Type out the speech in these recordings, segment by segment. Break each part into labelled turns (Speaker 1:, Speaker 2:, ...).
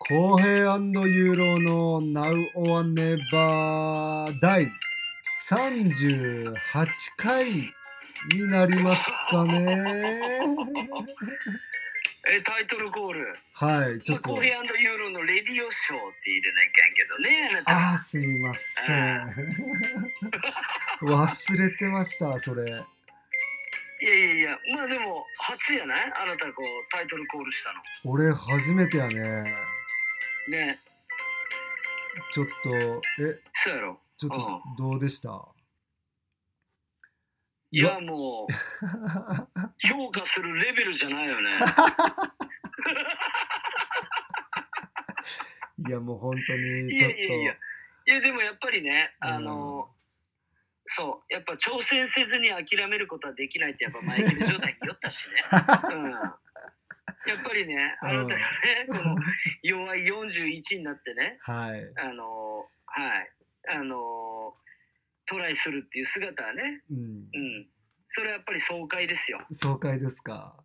Speaker 1: 公平ユーロの Now or Never 第38回になりますかね。
Speaker 2: えタイトルコール。
Speaker 1: はい、ちょっ
Speaker 2: コ
Speaker 1: と
Speaker 2: ー。ヒーユーロのレディオショーって入れなきゃいけんけどね、あなた。
Speaker 1: あー、すいません。忘 れてました、それ。
Speaker 2: いやいやいや、まあでも、初やないあなたこう、タイトルコールしたの。
Speaker 1: 俺、初めてやね。
Speaker 2: ね、
Speaker 1: ちょっと、え、
Speaker 2: そうやろ。
Speaker 1: ちょっと、どうでした
Speaker 2: いや、もう、評価するレベルじゃないよね。
Speaker 1: いや、もう本当に、
Speaker 2: い
Speaker 1: ちょ
Speaker 2: や
Speaker 1: っ
Speaker 2: いやいや。いや、でもやっぱりね、あの、そう、やっぱ挑戦せずに諦めることはできないって、やっぱ前切り状態に言った しね。うん。やっぱりね、あなたがね、この弱い41になってね、
Speaker 1: と、はい。
Speaker 2: あのはいあのトライするっていう姿はね、
Speaker 1: うん
Speaker 2: う。ん、それはやっぱり爽快ですよ。
Speaker 1: 爽快ですか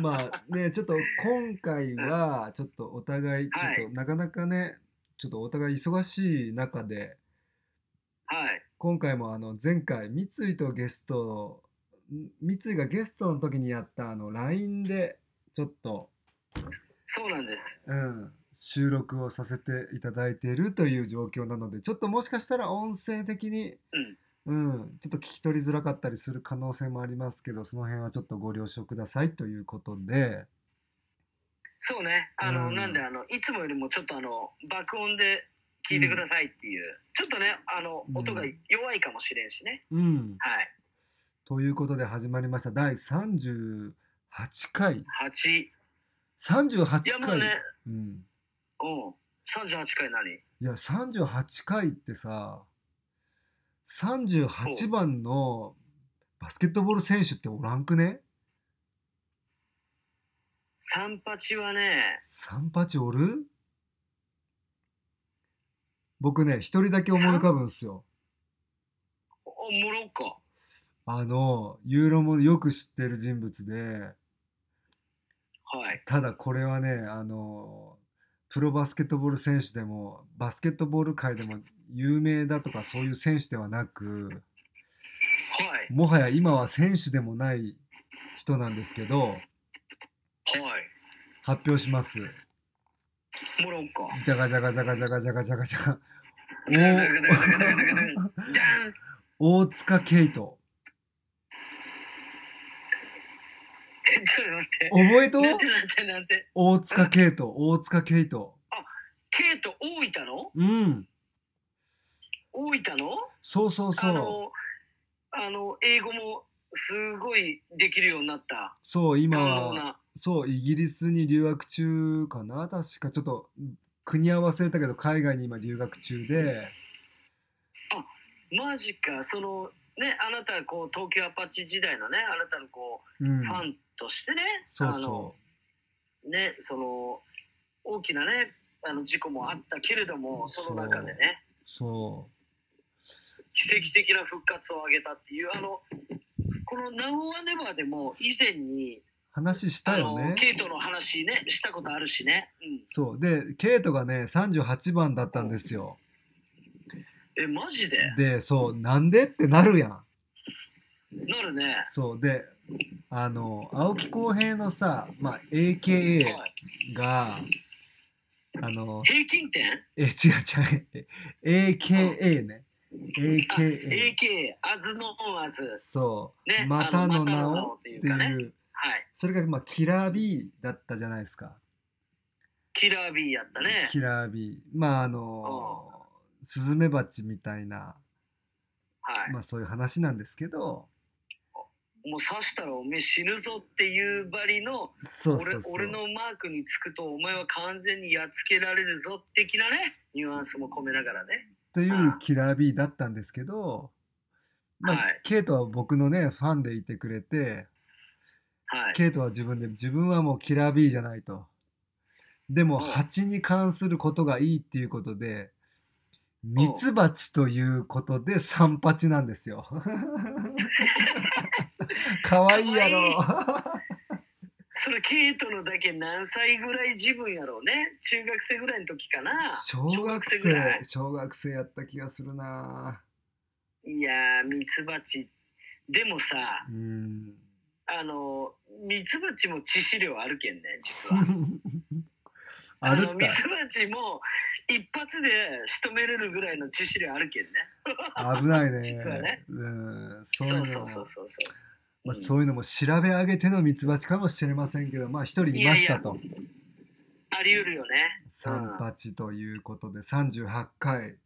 Speaker 1: まあねちょっと今回はちょっとお互いち
Speaker 2: はい
Speaker 1: ょっとなかなかねちょっとお互い忙しい中で
Speaker 2: はい、
Speaker 1: 今回もあの前回三井とゲストん三井がゲストの時にやったあの LINE でちょっと、
Speaker 2: そうなんです。
Speaker 1: うん、収録をさせていただいているという状況なのでちょっともしかしたら音声的に、うん、ちょっと聞き取りづらかったりする可能性もありますけどその辺はちょっとご了承くださいということで。
Speaker 2: そうね、あの、
Speaker 1: うん
Speaker 2: なんであのいつもよりもちょっとあの爆音で聞いてくださいっていう、ちょっとねあの
Speaker 1: うん
Speaker 2: 音が弱いかもしれんしね。
Speaker 1: うん、
Speaker 2: はい、
Speaker 1: ということで始まりました第38回
Speaker 2: 八。
Speaker 1: 38
Speaker 2: いや
Speaker 1: 回
Speaker 2: もうね、
Speaker 1: うん、
Speaker 2: うん、三十八回何？
Speaker 1: いや38回ってさ38番のバスケットボール選手っておらんくね
Speaker 2: 三八はね、
Speaker 1: 三八おる僕ね一人だけ思い浮かぶんすよ
Speaker 2: おモロッコ。
Speaker 1: あのユーロもよく知ってる人物で
Speaker 2: はい。
Speaker 1: ただこれはねあのプロバスケットボール選手でもバスケットボール界でも有名だとかそういう選手ではなく
Speaker 2: はい。
Speaker 1: もはや今は選手でもない人なんですけど
Speaker 2: は
Speaker 1: 発表します
Speaker 2: い。モロッコ。
Speaker 1: じゃがじゃがじゃがじゃがじゃがじゃがじゃが
Speaker 2: ダンダンダンダンダンダンダン
Speaker 1: お大塚圭人
Speaker 2: えちょっと待って。
Speaker 1: 覚えと
Speaker 2: なんてなんてなんて。
Speaker 1: 大塚圭人大塚圭人
Speaker 2: ケイト大分の
Speaker 1: うん
Speaker 2: 大分の
Speaker 1: そうそう
Speaker 2: あ
Speaker 1: そう
Speaker 2: の、あの、英語もすごいできるようになった。
Speaker 1: そう今
Speaker 2: 堪能
Speaker 1: は
Speaker 2: な。
Speaker 1: そう、イギリスに留学中かな確かちょっと国は忘れたけど海外に今留学中で
Speaker 2: マジか、その、ね、あなたこう、東京アパッチ時代のね、あなたのこ
Speaker 1: う
Speaker 2: う、
Speaker 1: ん
Speaker 2: ファンとしてね、
Speaker 1: そう
Speaker 2: あの
Speaker 1: そ、
Speaker 2: ね、その、大きなね、あの事故もあったけれども、その中でね、
Speaker 1: うそ
Speaker 2: 奇跡的な復活を上げたっていう、あの、この「ナウアネバー」でも以前に
Speaker 1: う話した
Speaker 2: あ
Speaker 1: よ
Speaker 2: の
Speaker 1: ね
Speaker 2: ケイトの話ねしたことあるしね、うん、
Speaker 1: そうでケイトがね38番だったんですよ
Speaker 2: えマジで
Speaker 1: でそうなんでってなるやん
Speaker 2: なるね
Speaker 1: そうであの青木浩平のさ、まあ、AKA
Speaker 2: はい
Speaker 1: があの
Speaker 2: 平均点
Speaker 1: え違う違う AKA ね AKA
Speaker 2: AK アズノオンアズ
Speaker 1: そう、
Speaker 2: ね
Speaker 1: またの名
Speaker 2: あのまたの名
Speaker 1: を
Speaker 2: を
Speaker 1: っ
Speaker 2: ってて
Speaker 1: い
Speaker 2: いううかねはい
Speaker 1: それがまあキラー B だったじゃないですか、
Speaker 2: キラー B やったね
Speaker 1: キラー B まああのスズメバチみたいな、
Speaker 2: はい
Speaker 1: まあ、そういう話なんですけど
Speaker 2: もう刺したらおめえ死ぬぞっていうばりの
Speaker 1: そうそうそう
Speaker 2: 俺俺のマークにつくとお前は完全にやっつけられるぞ的なねニュアンスも込めながらね
Speaker 1: というキラー B だったんですけど、まあ
Speaker 2: はい
Speaker 1: ケイトは僕のねファンでいてくれて
Speaker 2: はい
Speaker 1: ケイトは自分で自分はもうキラー B じゃないとでも
Speaker 2: うん
Speaker 1: 蜂に関することがいいっていうことでミツバチということで三八なんです よかわいいやろ
Speaker 2: かそのケイトのだけ何歳ぐらい自分やろうね中学生ぐらいの時かな
Speaker 1: 小学
Speaker 2: ぐら
Speaker 1: 生
Speaker 2: い
Speaker 1: 小学生やった気がするない
Speaker 2: やーミツバチでもさ
Speaker 1: うん
Speaker 2: あのミツバチも致死量あるけんね実は
Speaker 1: ある
Speaker 2: の
Speaker 1: っ
Speaker 2: ミ
Speaker 1: た
Speaker 2: ツバチも一発で仕留めれるぐらいの致死量あるけんね
Speaker 1: 危ないね
Speaker 2: 実はね
Speaker 1: うん、そ
Speaker 2: そう
Speaker 1: いう
Speaker 2: う
Speaker 1: の
Speaker 2: そう
Speaker 1: も
Speaker 2: そうそう
Speaker 1: まあ、
Speaker 2: うん
Speaker 1: そういうのも調べ上げてのミツバチかもしれませんけどまあ一人いましたと
Speaker 2: あり得るよね
Speaker 1: 三八ということで38回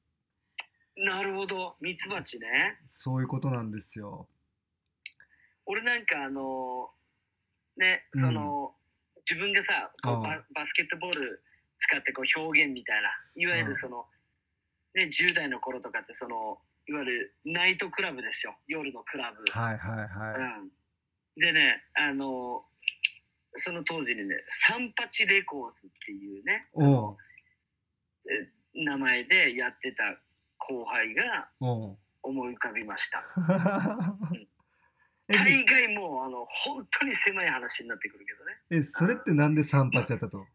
Speaker 2: なるほどミツバチね
Speaker 1: そういうことなんですよ
Speaker 2: 俺なんかあのね
Speaker 1: うん
Speaker 2: その、自分がさこ
Speaker 1: ああ
Speaker 2: うババスケットボール使ってこう表現みたいないわゆ
Speaker 1: うん
Speaker 2: るその、ね、10代の頃とかってそのいわゆるナイトクラブですよ夜のクラブ、
Speaker 1: はいはいはい、
Speaker 2: うん、でねあのその当時にねサンパチレコーズっていうね
Speaker 1: おう
Speaker 2: 名前でやってた後輩が
Speaker 1: おう
Speaker 2: 思い浮かびました
Speaker 1: え
Speaker 2: 大概もうあの本当に狭い話になってくるけどね
Speaker 1: えそれってなんで三八やったと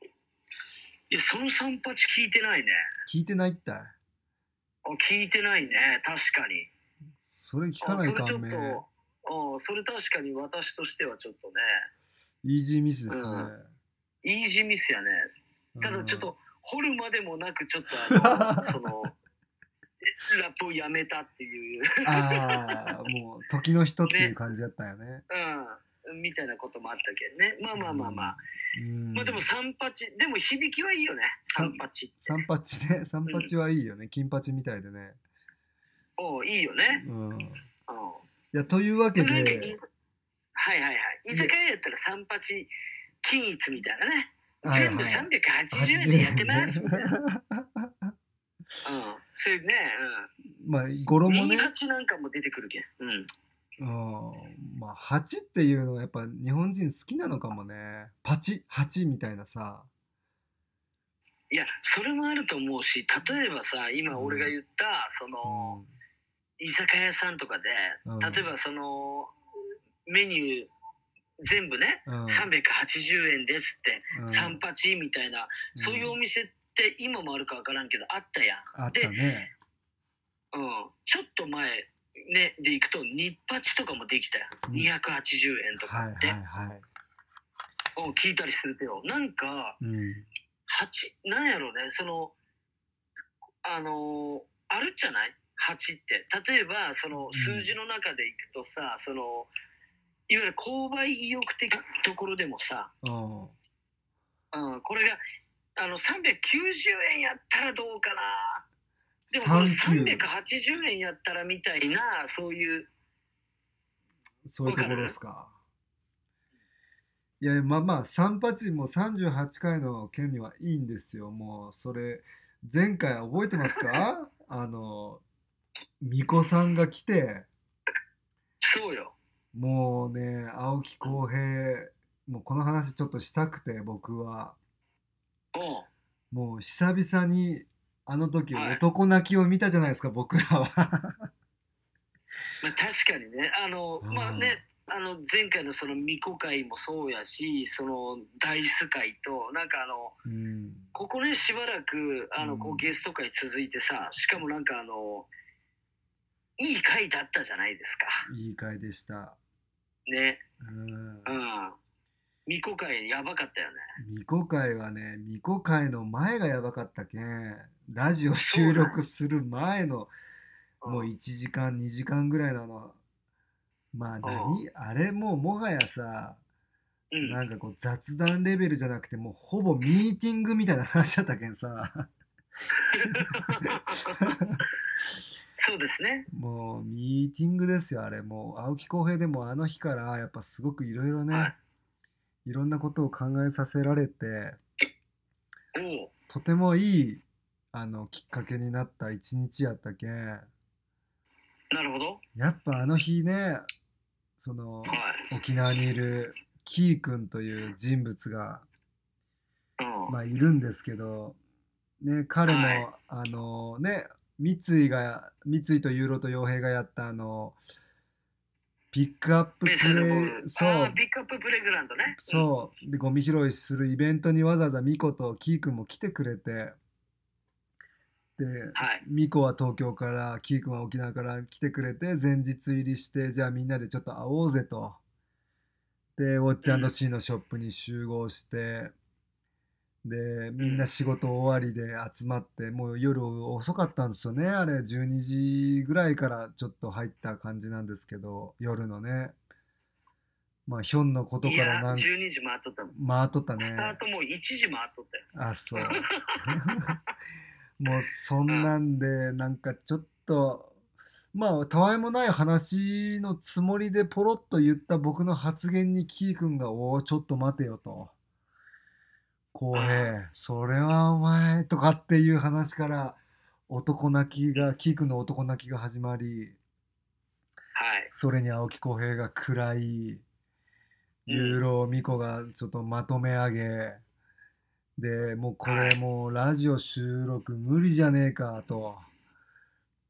Speaker 2: いやその三八聞いてないね
Speaker 1: 聞いてないったい
Speaker 2: あ聞いてないね確かに
Speaker 1: それ聞か
Speaker 2: あ
Speaker 1: ない
Speaker 2: それ
Speaker 1: か
Speaker 2: ちょ
Speaker 1: ん
Speaker 2: っ
Speaker 1: め
Speaker 2: とあそれ確かに私としてはちょっと
Speaker 1: イージーミスですね、
Speaker 2: ねイージーミスやねただち
Speaker 1: う
Speaker 2: ょっ
Speaker 1: ん
Speaker 2: と掘るまでもなくちょっとあ のそのラップをやめたっていう、
Speaker 1: ああもう時の人っていう感じやったんやね
Speaker 2: うん、みたいなこともあったけどねまあまあまあまあ、
Speaker 1: うん、
Speaker 2: まあでも三八でも響きはいいよね三八って
Speaker 1: 三八ね三八はいいよね、金八みたいでね
Speaker 2: おういいよね、
Speaker 1: うんい
Speaker 2: うん
Speaker 1: やというわけ
Speaker 2: なんかい
Speaker 1: で
Speaker 2: はいはいはい居酒屋やったら三八均一みたいなね
Speaker 1: はい
Speaker 2: 全部
Speaker 1: はい
Speaker 2: 380円でやってますみたい な、うん、それね、
Speaker 1: まあ語呂
Speaker 2: うん、
Speaker 1: もね、
Speaker 2: 28なんかも出てくるけん、うん、
Speaker 1: うん、まあ八っていうのはやっぱ日本人好きなのかもねパチ八みたいなさ
Speaker 2: いやそれもあると思うし例えばさ今俺が言ったその、
Speaker 1: う
Speaker 2: 居酒屋さんとかで
Speaker 1: うん
Speaker 2: 例えばそのメニュー全部ね
Speaker 1: んうん
Speaker 2: 380円ですって、
Speaker 1: うん
Speaker 2: 三八みたいな、そういうお店って今もあるか分からんけどあったやん
Speaker 1: あったね
Speaker 2: うんちょっと前、ね、で行くと日八とかもできたよ
Speaker 1: うん
Speaker 2: 280円と
Speaker 1: は
Speaker 2: か
Speaker 1: い
Speaker 2: って、
Speaker 1: はいはい、
Speaker 2: うん聞いたりするけどなんか
Speaker 1: うん、
Speaker 2: 八なんやろうねそのあのーあるじゃない八って例えばその
Speaker 1: ん
Speaker 2: 数字の中でいくとさ、そのいわゆる購買意欲的なところでもさ、
Speaker 1: うん
Speaker 2: うん、これがあの390円やったらどうかなでもこ
Speaker 1: サ
Speaker 2: れ
Speaker 1: ンキュー
Speaker 2: 380円やったらみたいなそういう
Speaker 1: そういうところですか。いやまあまあ38も38回の件にはいいんですよ。もうそれ前回覚えてます かあの巫女さんが来て
Speaker 2: そうよ
Speaker 1: もうね青木浩平もうこの話ちょっとしたくて僕は
Speaker 2: おう
Speaker 1: もう久々にあの時
Speaker 2: はい
Speaker 1: 男泣きを見たじゃないですか、僕らは。
Speaker 2: まあ、確かにねあの、
Speaker 1: うん
Speaker 2: まあねあの前回のその巫女会もそうやしそのダイス会となんかあの
Speaker 1: うん、
Speaker 2: ここねしばらくあのこ
Speaker 1: うん
Speaker 2: うゲスト会続いてさしかもなんかあのいい会だったじゃないですか
Speaker 1: いい回でした。
Speaker 2: ね
Speaker 1: うん
Speaker 2: うん巫女会やばかったよね
Speaker 1: 巫女会はね巫女会の前がやばかったけんラジオ収録する前の
Speaker 2: ん
Speaker 1: もう1時間2時間ぐらいなのまあ何あれもうもはやさ
Speaker 2: うん
Speaker 1: なんかこう雑談レベルじゃなくてもうほぼミーティングみたいな話だったけん さ
Speaker 2: そうですね
Speaker 1: もうミーティングですよあれもう青木浩平でもあの日からやっぱすごくいろいろ
Speaker 2: は
Speaker 1: ねいろんなことを考えさせられて
Speaker 2: おう
Speaker 1: とてもいいあのきっかけになった一日やったけん
Speaker 2: なるほど
Speaker 1: やっぱあの日ねその
Speaker 2: はい
Speaker 1: 沖縄にいるキー君という人物が、
Speaker 2: うん、
Speaker 1: まあ、いるんですけど、ね、彼も、
Speaker 2: はい
Speaker 1: あのね三井が三井とユーロと洋平がやったあのピックアッププレ
Speaker 2: ベースのボー
Speaker 1: イ
Speaker 2: ル。
Speaker 1: そ
Speaker 2: あ
Speaker 1: う
Speaker 2: ーピックアッププレイグラウンドね。
Speaker 1: そうでゴミ拾いするイベントにわざわざミコとキーくんも来てくれてで
Speaker 2: はい
Speaker 1: ミコは東京からキーくんは沖縄から来てくれて前日入りしてじゃあみんなでちょっと会おうぜとでウォッチ
Speaker 2: うん
Speaker 1: &C のショップに集合してでみんな仕事終わりで集まってもう夜遅かったんですよねあれ12時ぐらいからちょっと入った感じなんですけど夜のねまあひょんのこと
Speaker 2: うん。い
Speaker 1: から
Speaker 2: や、
Speaker 1: なんか
Speaker 2: 12時回っとったもん。
Speaker 1: 回っとったね
Speaker 2: スタートもう1時回っとったよ。
Speaker 1: あそうもうそんなんでなんかちょっとまあたわいもない話のつもりでポロッと言った僕の発言にキー君が「おおちょっと待てよ」と「浩平それはお前」とかっていう話から男泣きがキー君の男泣きが始まり
Speaker 2: はい。
Speaker 1: それに青木浩平が暗いユーロミコがちょっとまとめ上げでもうこ
Speaker 2: は
Speaker 1: れ
Speaker 2: い
Speaker 1: もうラジオ収録無理じゃねえかと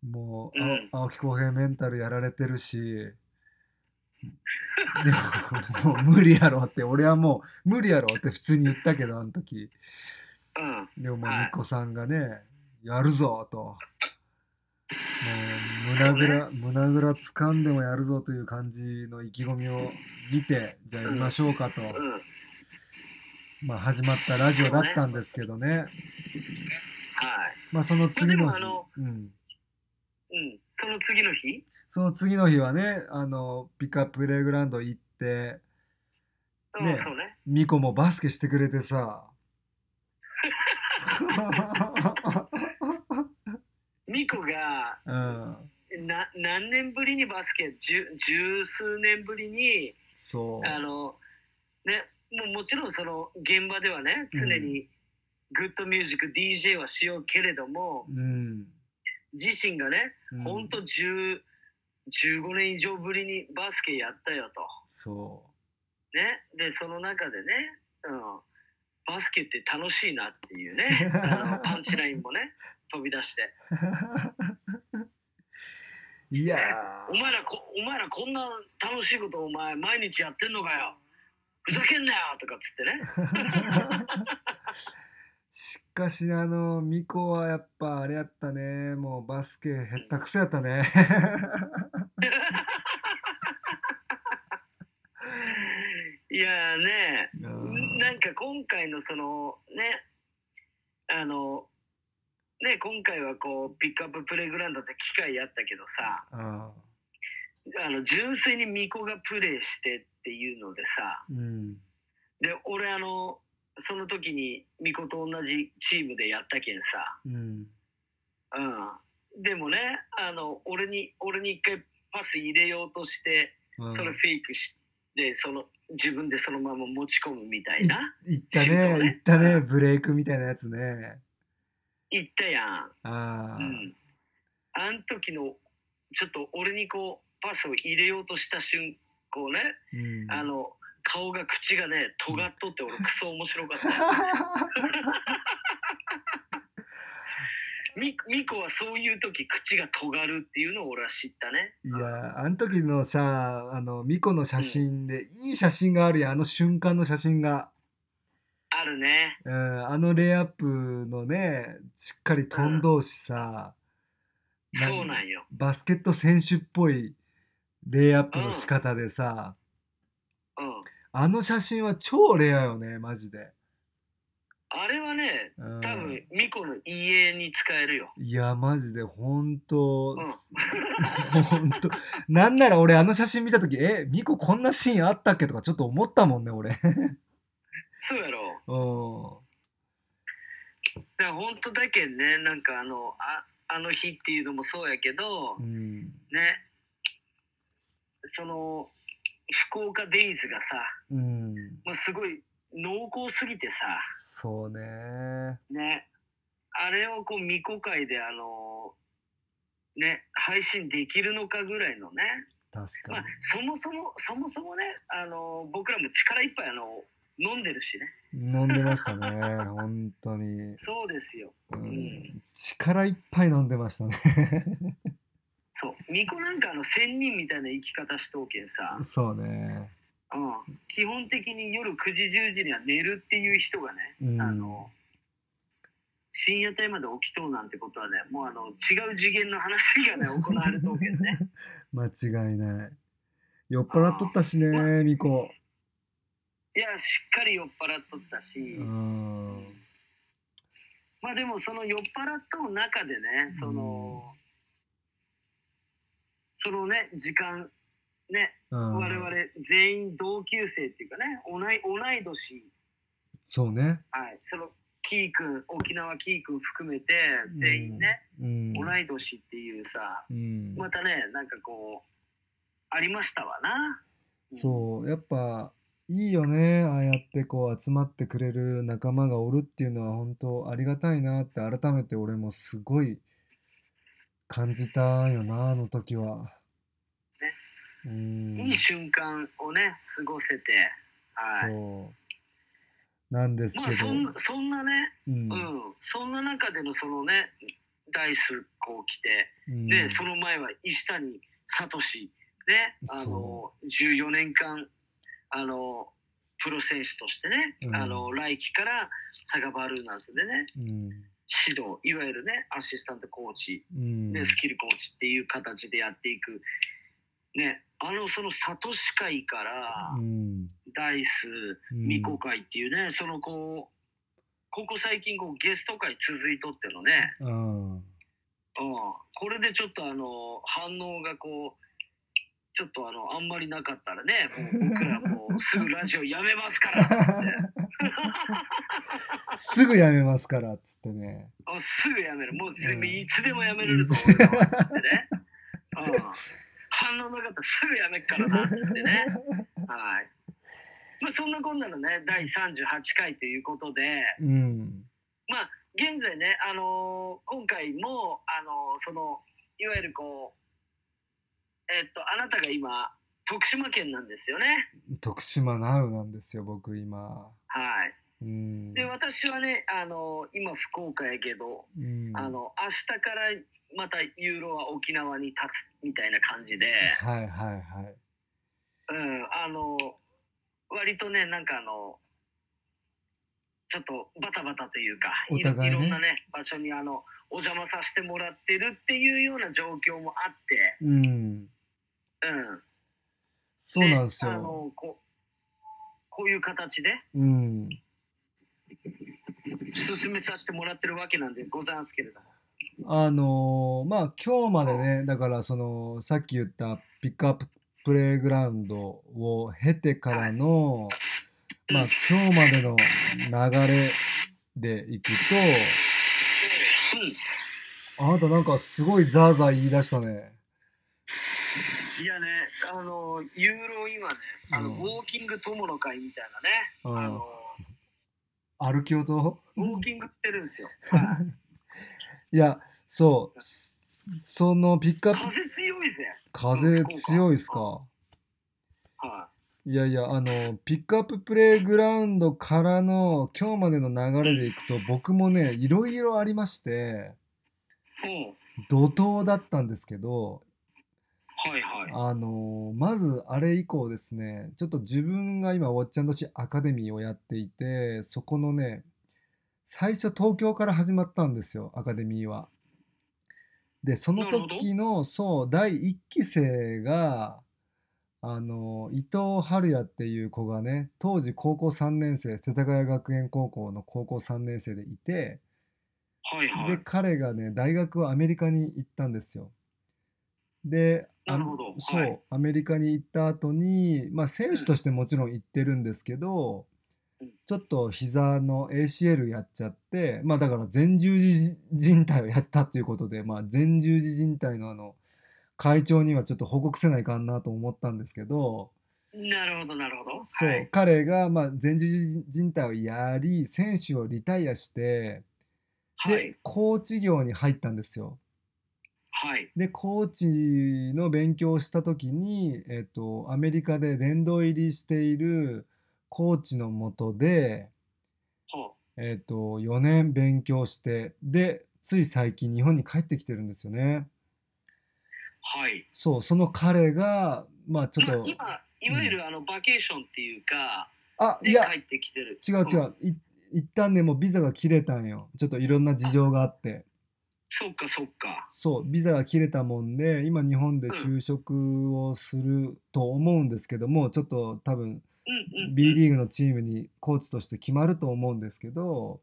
Speaker 1: もう、あ
Speaker 2: うん
Speaker 1: 青木浩平メンタルやられてるしでももう無理やろって俺はもう無理やろって普通に言ったけどあの時
Speaker 2: うん。
Speaker 1: でももう
Speaker 2: はい
Speaker 1: ミコさんがね、やるぞともう胸ぐら、胸ぐら掴んでもやるぞという感じの意気込みを見てじゃあやりましょうかと、
Speaker 2: うん。
Speaker 1: まあ、始まったラジオだったんですけどね
Speaker 2: はい。
Speaker 1: まあその次の
Speaker 2: まあ
Speaker 1: 日
Speaker 2: でも、
Speaker 1: うん、
Speaker 2: うん。その次の日
Speaker 1: その次の日はねあのピックアッププレイグラウンド行って
Speaker 2: うん、
Speaker 1: ね
Speaker 2: そうね。
Speaker 1: ミコもバスケしてくれて さ
Speaker 2: ミコが、
Speaker 1: うん
Speaker 2: な何年ぶりにバスケ十十数年ぶりに
Speaker 1: そう
Speaker 2: あの、ね、もうもちろんその現場ではね常にグッドミュージック DJ はしようけれども
Speaker 1: うん、
Speaker 2: 自身がね
Speaker 1: うん、
Speaker 2: ほんと10 15年以上ぶりにバスケやったよと。
Speaker 1: そう
Speaker 2: ね、でその中でね、うん、バスケって楽しいなっていうねあのパンチラインもね飛び出して
Speaker 1: いや
Speaker 2: お前らこ、お前らこんな楽しいことお前毎日やってんのかよ。ふざけんなよとかっつってね。
Speaker 1: ーしかしあのミコはやっぱあれやったねもうバスケ減ったくそやったね
Speaker 2: いやーね、
Speaker 1: うん
Speaker 2: なんか今回のそのね、あの、ね、今回はこう、ピックアッププレイグラウンドって機会やったけどさ、
Speaker 1: あ
Speaker 2: あの、純粋に巫女がプレイしてっていうのでさ、
Speaker 1: ーうん
Speaker 2: で、俺あの、その時に巫女と同じチームでやったけんさ、
Speaker 1: うん
Speaker 2: うんでもねあの俺に俺に一回パス入れようとして
Speaker 1: うん
Speaker 2: それフェイクしてその自分でそのまま持ち込むみたいな
Speaker 1: 行った
Speaker 2: シュート
Speaker 1: ね
Speaker 2: ね
Speaker 1: 行ったねブレイクみたいなやつね
Speaker 2: 言ったや
Speaker 1: あ
Speaker 2: ん、
Speaker 1: あ、
Speaker 2: うん、あん時のちょっと俺にこうパスを入れようとした瞬こうね
Speaker 1: うん
Speaker 2: あの顔が口がね尖っとって俺クソ面白 かったみみこはそういう時口が尖るっていうのを俺は知ったね
Speaker 1: いやあの時のさあのミコの写真で、いい写真があるやんあの瞬間の写真が
Speaker 2: あるね
Speaker 1: うんあのレイアップのね、しっかり飛んどうしさ、な
Speaker 2: そうなんよ
Speaker 1: バスケット選手っぽいレイアップの仕方でさ、
Speaker 2: うん
Speaker 1: あの写真は超レアよね、マジで。
Speaker 2: あれはね
Speaker 1: うん、
Speaker 2: 多分ミコの家に使えるよ。
Speaker 1: いや、マジで、ほんと、
Speaker 2: うん、
Speaker 1: ほんと、なんなら俺あの写真見たとき、え、ミコこんなシーンあったっけとかちょっと思ったもんね、俺。
Speaker 2: そうやろ。
Speaker 1: う
Speaker 2: だから本当だけんね、なんかあの、ああの日っていうのもそうやけど、
Speaker 1: ん。うん。
Speaker 2: ね、その、福岡デイズがさ、
Speaker 1: うん。
Speaker 2: もうすごい濃厚すぎてさ、
Speaker 1: そうね。
Speaker 2: ね、あれをこう、未公開であの、ね、配信できるのかぐらいのね、
Speaker 1: 確
Speaker 2: ま
Speaker 1: か
Speaker 2: あ、そもそも、そもそもね、あの、僕らも力いっぱいあの、飲んでるしね。
Speaker 1: に。飲んでましたね、本当に。
Speaker 2: そうですよ。
Speaker 1: うん
Speaker 2: ん
Speaker 1: 力いっぱい飲んでましたね。
Speaker 2: そう巫女なんかあの仙人みたいな生き方しとうけんさ、
Speaker 1: そうね。
Speaker 2: うん、基本的に夜9時10時には寝るっていう人がね、
Speaker 1: うん。
Speaker 2: あの深夜帯まで起きとうなんてことはねもうあの違う次元の話がね行われとうけ どね
Speaker 1: 間違いない。酔っ払っとったしね、ミコ。
Speaker 2: いやしっかり酔っ払っとったし、
Speaker 1: うん。
Speaker 2: まあでもその酔っ払っとう中でねその、そのね時間ね
Speaker 1: うん
Speaker 2: 我々全員同級生っていうかね同い同い年
Speaker 1: そうね。
Speaker 2: はいそのキー君沖縄キー君含めて全員ね、
Speaker 1: うん。
Speaker 2: 同い年っていうさ
Speaker 1: うん。
Speaker 2: またねなんかこうありましたわな。
Speaker 1: そう、やっぱいいよね。ああやってこう集まってくれる仲間がおるっていうのは本当ありがたいなって改めて俺もすごい感じたよな、あの時は。うん。
Speaker 2: いい瞬間をね過ごせて、はい、
Speaker 1: そう。なんです
Speaker 2: まあ
Speaker 1: けど
Speaker 2: そ、んそんなね、
Speaker 1: うん
Speaker 2: うん。そんな中でのそのねダイスこう来て、
Speaker 1: うん
Speaker 2: でその前は石谷聡ねあの
Speaker 1: そ
Speaker 2: 14年間あのプロ選手としてね、
Speaker 1: うん
Speaker 2: あの来季からサガバルーナーズでね
Speaker 1: うん。
Speaker 2: 指導いわゆるねアシスタントコーチ
Speaker 1: うん。
Speaker 2: でスキルコーチっていう形でやっていく、ね、あのその聡会から
Speaker 1: うん。
Speaker 2: ダイス、
Speaker 1: うん
Speaker 2: 未公開っていうね、そのこう、ここ最近こうゲスト会続いとってのね、
Speaker 1: うん。
Speaker 2: うん、これでちょっとあの、反応がこう、ちょっとあの、あんまりなかったらね、もう僕らもうすぐラジオやめま すからっつって、
Speaker 1: すぐやめますからっつってね。
Speaker 2: あすぐやめる、もう
Speaker 1: う
Speaker 2: 全
Speaker 1: ん
Speaker 2: 部いつでもやめれると思うよってね、うん、反応なかったらすぐやめっからなっつっ てね、はい。まあそんなこんなのね、第38回ということで、
Speaker 1: うん。
Speaker 2: 現在ね、あのー今回も、あのーそのいわゆるこうえっとあなたが今徳島県なんですよね
Speaker 1: 徳島ナウなんですよ、僕今。
Speaker 2: はい
Speaker 1: うん。
Speaker 2: で私はね、あのー今福岡やけど、
Speaker 1: うん。
Speaker 2: あの明日からまたユーロは沖縄に立つみたいな感じで、
Speaker 1: はいはいはい。
Speaker 2: うん、あのー割とねなんかあのちょっとバタバタというか
Speaker 1: お
Speaker 2: いろ
Speaker 1: 互いね
Speaker 2: いろんなね場所にあのお邪魔させてもらってるっていうような状況もあって。
Speaker 1: うん。
Speaker 2: うん、
Speaker 1: そうなんです
Speaker 2: あ
Speaker 1: よ。
Speaker 2: のここういう形で
Speaker 1: うん。
Speaker 2: 進めさせてもらってるわけなんでござんすけれども。
Speaker 1: あのーまあ今日までね、だからそのさっき言ったピックアッププレイグラウンドを経てからの、まあ今日までの流れでいく
Speaker 2: う
Speaker 1: と、あなたなんかすごいザーザー言い出したね。
Speaker 2: ん、いやね、あのユーロ今ね、あの
Speaker 1: うん
Speaker 2: ウォーキング友の会みたいな
Speaker 1: う
Speaker 2: ね、あ
Speaker 1: ん
Speaker 2: の。
Speaker 1: 歩き音
Speaker 2: ウォーキングしてるんですよ。はい
Speaker 1: いや、そう。そのピックアップ、
Speaker 2: 風強いぜ。
Speaker 1: 風強いっすか
Speaker 2: はい
Speaker 1: やいや、あの、ピックアッププレイグラウンドからの今日までの流れでいくと、僕もね、いろいろありまして、
Speaker 2: い。うん。
Speaker 1: 怒涛だったんですけど、
Speaker 2: はいはい。
Speaker 1: あの、まずあれ以降ですね、ちょっと自分が今、ウォッチャンドシーアカデミーをやっていて、そこのね、最初東京から始まったんですよ、アカデミーは。で、その
Speaker 2: なるほど
Speaker 1: 時の、そう、第1期生が、あの、伊藤春也っていう子がね、当時高校3年生、世田谷学園高校の高校3年生でいて、
Speaker 2: はいは
Speaker 1: で
Speaker 2: い。
Speaker 1: 彼がね大学はアメリカに行ったんですよ。であ
Speaker 2: なるほど
Speaker 1: そう、
Speaker 2: はい
Speaker 1: アメリカに行った後にまあ選手としてもちろん行ってるんですけど、
Speaker 2: うん
Speaker 1: ちょっと膝の ACL やっちゃってまあだから前十字靭帯をやったということで、まあ、前十字靭帯のあの会長にはちょっと報告せないかんなと思ったんですけど。
Speaker 2: なるほどなるほど。
Speaker 1: そう、
Speaker 2: はい。
Speaker 1: 彼がまあ前十字靭帯をやり選手をリタイアしてで、
Speaker 2: はい。
Speaker 1: コーチ業に入ったんですよ。
Speaker 2: はい。
Speaker 1: でコーチの勉強をした時に、えっとアメリカで殿堂入りしているコーチのもとで、
Speaker 2: ほ
Speaker 1: えっと4年勉強してでつい最近日本に帰ってきてるんですよね。
Speaker 2: うはい。
Speaker 1: そうその彼がまあちょっ
Speaker 2: まあ
Speaker 1: と
Speaker 2: 今、いわゆるあのバケーションっていうか、
Speaker 1: あ
Speaker 2: で
Speaker 1: いや
Speaker 2: 帰ってきてる。
Speaker 1: 違う違
Speaker 2: ん
Speaker 1: う、い一旦ねもうビザが切れたんよちょっといろんな事情があって
Speaker 2: そっかそっか。
Speaker 1: そうビザが切れたもんで今日本で就職をすると思うんですけどもちょっと多分
Speaker 2: うんうん、うん。
Speaker 1: B リーグのチームにコーチとして決まると思うんですけど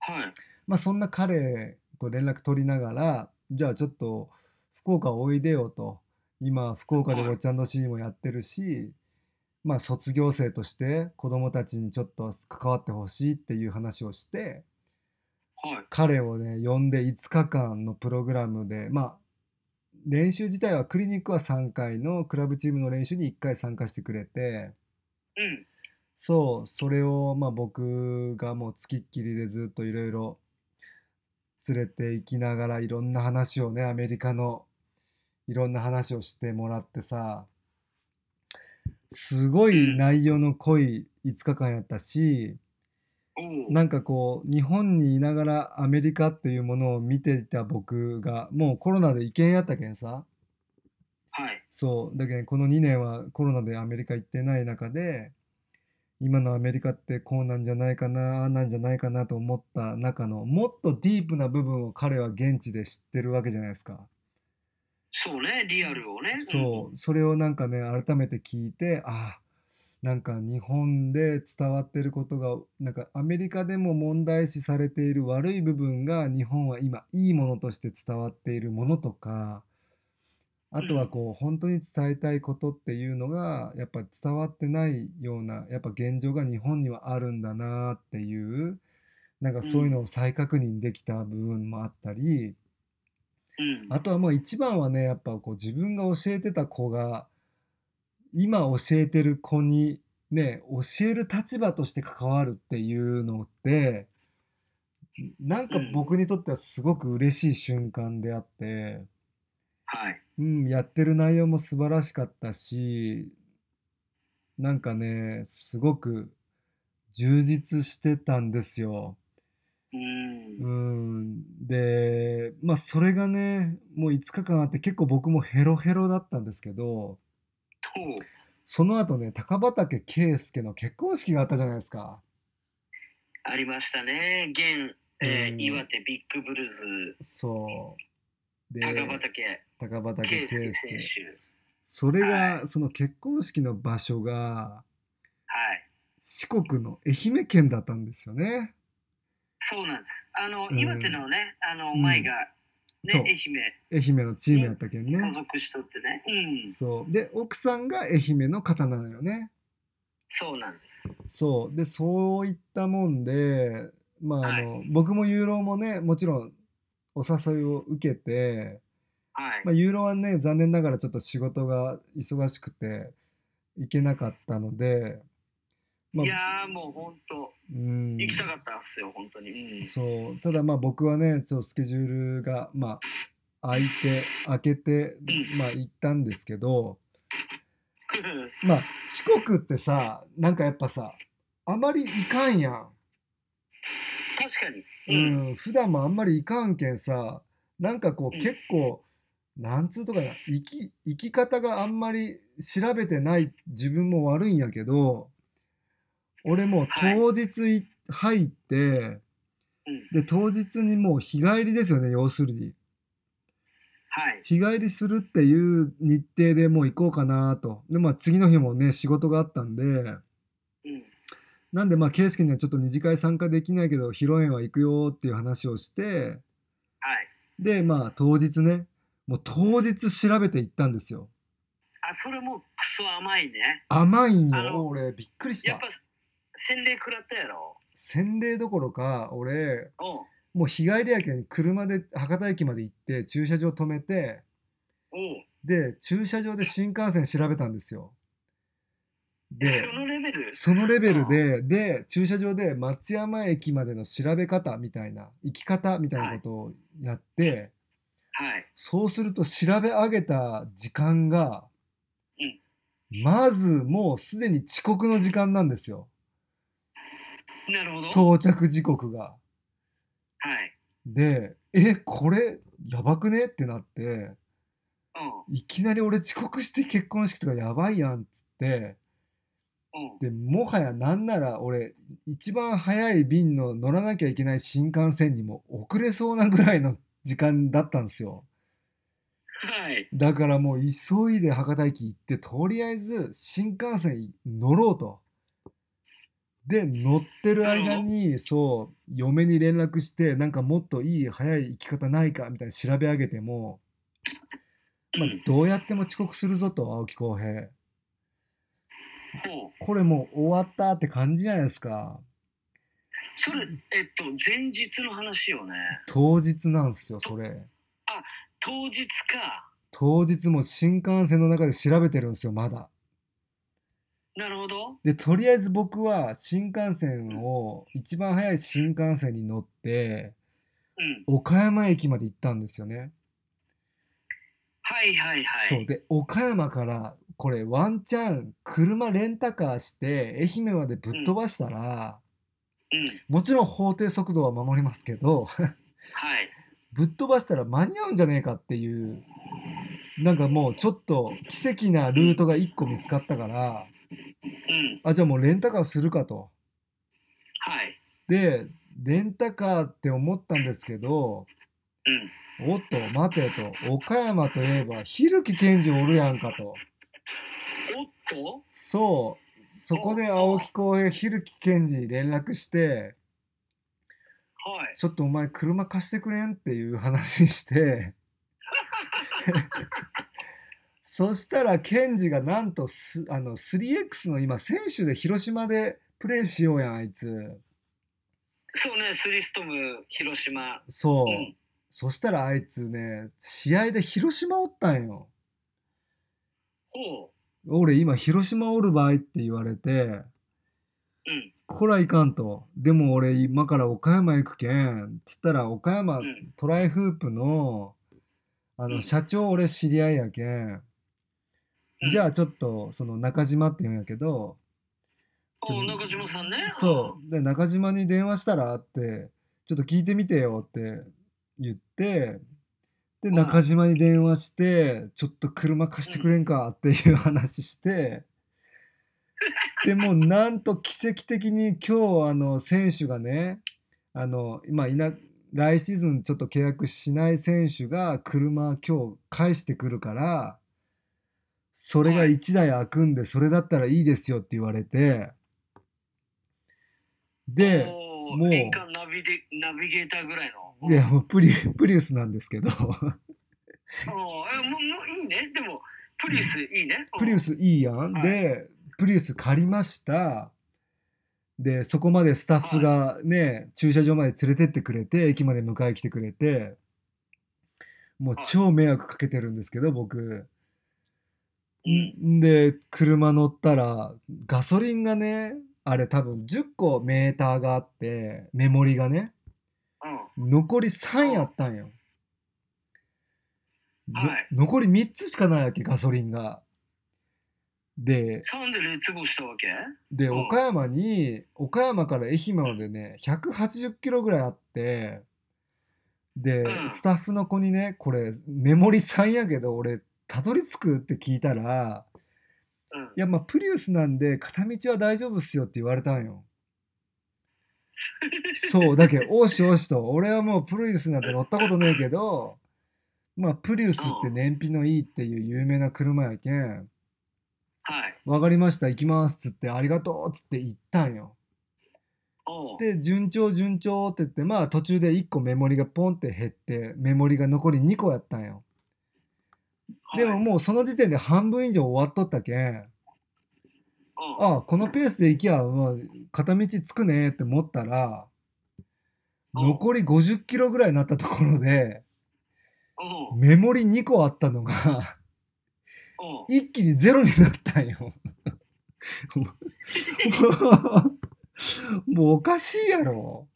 Speaker 2: はい。
Speaker 1: まあそんな彼と連絡取りながらじゃあちょっと福岡おいでよと今福岡で
Speaker 2: はい
Speaker 1: ごっちゃんのシーンもやってるしまあ卒業生として子供たちにちょっと関わってほしいっていう話をして
Speaker 2: はい。
Speaker 1: 彼をね呼んで5日間のプログラムでまあ練習自体はクリニックは3回のクラブチームの練習に1回参加してくれて
Speaker 2: うん。
Speaker 1: そうそれをまあ僕がもうつきっきりでずっといろいろ連れて行きながらいろんな話をねアメリカのいろんな話をしてもらってさすごい内容の濃い5日間やったし
Speaker 2: おお。
Speaker 1: なんかこう日本にいながらアメリカっていうものを見ていた僕がもうコロナで行けんやったけんさ
Speaker 2: はい。
Speaker 1: そうだけどこの2年はコロナでアメリカ行ってない中で今のアメリカってこうなんじゃないかなああなんじゃないかなと思った中のもっとディープな部分を彼は現地で知ってるわけじゃないですか。
Speaker 2: そうね、リアルをね。
Speaker 1: そうそれをなんかね改めて聞いてあなんか日本で伝わってることがなんかアメリカでも問題視されている悪い部分が日本は今いいものとして伝わっているものとかあとはこう本当に伝えたいことっていうのがやっぱ伝わってないようなやっぱ現状が日本にはあるんだなっていうなんかそういうのを再確認できた部分もあったり。
Speaker 2: うん。うん。
Speaker 1: あとはもう一番はねやっぱこう自分が教えてた子が今教えてる子にね教える立場として関わるっていうのってなんか僕にとってはすごく嬉しい瞬間であって、
Speaker 2: はい。
Speaker 1: うん、やってる内容も素晴らしかったしなんかねすごく充実してたんですよ。
Speaker 2: うん。
Speaker 1: うんでまあそれがねもう5日間あって結構僕もヘロヘロだったんですけど
Speaker 2: と、
Speaker 1: その後ね高畑圭介の結婚式があったじゃないですか
Speaker 2: ありましたね。現、えー
Speaker 1: うん
Speaker 2: 岩手ビッグブルーズ、
Speaker 1: そうで
Speaker 2: 高畑
Speaker 1: 高畑
Speaker 2: 圭
Speaker 1: 圭
Speaker 2: 介
Speaker 1: 介
Speaker 2: 選手。
Speaker 1: それ
Speaker 2: は
Speaker 1: がその結婚式の場所が
Speaker 2: はい。
Speaker 1: 四国の愛媛県だったんですよね
Speaker 2: そうなんです。あの、
Speaker 1: うん
Speaker 2: 岩手のね、あの、
Speaker 1: うん
Speaker 2: 前が、ね、
Speaker 1: そう
Speaker 2: 愛媛、
Speaker 1: 愛媛のチームやったけん
Speaker 2: 所
Speaker 1: ね
Speaker 2: 属しとってね。うん。
Speaker 1: そうで奥さんが愛媛の方なのよね
Speaker 2: そうなんです。
Speaker 1: そうでそういったもんでまああの、僕もユーロもねもちろんお誘いを受けて、
Speaker 2: はい。
Speaker 1: まあ、ユーロはね残念ながらちょっと仕事が忙しくて行けなかったので、ま
Speaker 2: い
Speaker 1: あ、
Speaker 2: やーもう本当、
Speaker 1: うん
Speaker 2: 行きたかったんですよ、本当に。うん。
Speaker 1: そうただまあ僕はねちょっとスケジュールがまあ空いて開けて
Speaker 2: う
Speaker 1: まあ行ったんですけど、まあ四国ってさなんかやっぱさあまり行かんやん。
Speaker 2: 確かに。
Speaker 1: う。ん、普段もあんまり行かんけんさなんかこう
Speaker 2: うん
Speaker 1: 結構、なんつうとかな生き生き方があんまり調べてない自分も悪いんやけど俺もう
Speaker 2: はい
Speaker 1: 当日い入って、
Speaker 2: うん。
Speaker 1: で当日にもう日帰りですよね要するに
Speaker 2: はい。
Speaker 1: 日帰りするっていう日程でもう行こうかなとでまあ次の日もね仕事があったんで
Speaker 2: うん。
Speaker 1: なんでまあ圭介にはちょっと二次会参加できないけど披露宴は行くよっていう話をして
Speaker 2: はい。
Speaker 1: でまあ当日ねもう当日調べて行ったんですよ
Speaker 2: あ、それもうクソ甘いね。
Speaker 1: 甘いん
Speaker 2: あ
Speaker 1: よ
Speaker 2: の
Speaker 1: 俺びっくりし
Speaker 2: やったぱ、洗礼食らったやろ。
Speaker 1: 洗礼どころか俺
Speaker 2: おう
Speaker 1: もう日帰りやけん車で博多駅まで行って駐車場止めて
Speaker 2: おう
Speaker 1: で駐車場で新幹線調べたんですよ で
Speaker 2: そのレベル。
Speaker 1: そのレベルでで駐車場で松山駅までの調べ方みたいな行き方みたいなことをやって、
Speaker 2: はい。
Speaker 1: そうすると調べ上げた時間が、
Speaker 2: うん
Speaker 1: まずもうすでに遅刻の時間なんですよ
Speaker 2: なるほど。
Speaker 1: 到着時刻が。
Speaker 2: はい。
Speaker 1: でえこれやばくねってなって
Speaker 2: ううん
Speaker 1: いきなり俺遅刻して結婚式とかやばいやんっつって
Speaker 2: うん
Speaker 1: でもはやなんなら俺一番早い便の乗らなきゃいけない新幹線にも遅れそうなぐらいの時間だったんですよ
Speaker 2: はい
Speaker 1: だからもう急いで博多駅行ってとりあえず新幹線乗ろうとで乗ってる間にそう嫁に連絡してなんかもっといい早い行き方ないかみたいに調べ上げてもまあ
Speaker 2: うん、
Speaker 1: どうやっても遅刻するぞと青木浩平
Speaker 2: ほう
Speaker 1: これもう終わったって感じじゃないですか
Speaker 2: それえっと前日の話よね
Speaker 1: 当日なんですよそれ
Speaker 2: 当日か
Speaker 1: 当日も新幹線の中で調べてるんですよまだ
Speaker 2: なるほど
Speaker 1: でとりあえず僕は新幹線を一番早い新幹線に乗って
Speaker 2: うん
Speaker 1: 岡山駅まで行ったんですよね、
Speaker 2: はいはいはい
Speaker 1: そうで岡山からこれワンチャン車レンタカーして愛媛までぶっ飛ばしたら、
Speaker 2: うん
Speaker 1: もちろん法定速度は守りますけど
Speaker 2: はい
Speaker 1: ぶっ飛ばしたら間に合うんじゃねえかっていうなんかもうちょっと奇跡なルートが1個見つかったから
Speaker 2: うん
Speaker 1: あじゃあもうレンタカーするかと。
Speaker 2: はい
Speaker 1: でレンタカーって思ったんですけど
Speaker 2: うん
Speaker 1: おっと待てと岡山といえば蛭木健二おるやんかと
Speaker 2: おっと
Speaker 1: そうそこで青木浩平蛭木健二に連絡して
Speaker 2: はい
Speaker 1: ちょっとお前車貸してくれんっていう話してそしたらケンジがなんとすあの 3X の今選手で広島でプレーしようやんあいつ
Speaker 2: そうねスリストム広島
Speaker 1: そうう、
Speaker 2: ん
Speaker 1: そしたらあいつね試合で広島おったんよ
Speaker 2: ほ
Speaker 1: 俺今広島おる場合って言われて
Speaker 2: ううん
Speaker 1: こらいかんとでも俺今から岡山行くけんつったら岡山、
Speaker 2: うん
Speaker 1: トライフープのあ
Speaker 2: う
Speaker 1: の
Speaker 2: ん
Speaker 1: 社長俺知り合いやけん、
Speaker 2: うん
Speaker 1: じゃあちょっとその中島って言うんやけど、ちょ
Speaker 2: お中島さんね
Speaker 1: そうで中島に電話したらってちょっと聞いてみてよって言ってで
Speaker 2: うん
Speaker 1: 中島に電話してちょっと車貸してくれんかっていう話して、でもうなんと奇跡的に今日あの選手がねあの今いな来シーズンちょっと契約しない選手が車今日返してくるからそれが1台開くんでそれだったらいいですよって言われてで
Speaker 2: おー
Speaker 1: もう
Speaker 2: 年間ナビでナビゲーターぐらいの
Speaker 1: いやもうプリプリウスなんですけど
Speaker 2: おーえもうもういいねでもプリウスいいね
Speaker 1: プリウスいいやん
Speaker 2: はい
Speaker 1: でプリウス借りましたでそこまでスタッフがね駐車場まで連れてってくれて駅まで迎え来てくれてもう
Speaker 2: はい
Speaker 1: 超迷惑かけてるんですけど僕。
Speaker 2: うん
Speaker 1: んで車乗ったらガソリンがねあれ多分10個メーターがあってメモリがね
Speaker 2: うん
Speaker 1: 残り3やったんよ、の
Speaker 2: はい
Speaker 1: 残り3つしかないわけガソリンがで
Speaker 2: 3でレッツゴーしたわけ
Speaker 1: で
Speaker 2: うん
Speaker 1: 岡山に岡山から愛媛までね180キロぐらいあってで
Speaker 2: うん
Speaker 1: スタッフの子にねこれメモリ3やけど俺たどり着くって聞いたら
Speaker 2: うん
Speaker 1: いやまあプリウスなんで片道は大丈夫っすよって言われたんよ。そうだけどおしおしと俺はもうプリウスなんて乗ったことねえけどまあプリウスって燃費のいいっていう有名な車やけん
Speaker 2: はい
Speaker 1: 「分かりました行きます」っつって「ありがとう」っつって行ったんよ。
Speaker 2: おう
Speaker 1: で順調順調って言ってまあ途中で1個メモリがポンって減ってメモリが残り2個やったんよ。でも
Speaker 2: はい
Speaker 1: もうその時点で半分以上終わっとったけん
Speaker 2: おう
Speaker 1: あこのペースで行きゃ、まあ、片道つくねって思ったら
Speaker 2: うん
Speaker 1: 残り50キロぐらいになったところで
Speaker 2: おう
Speaker 1: メモリ2個あったのが
Speaker 2: おう
Speaker 1: 一気にゼロになったんよ。 もうおかしいやろ。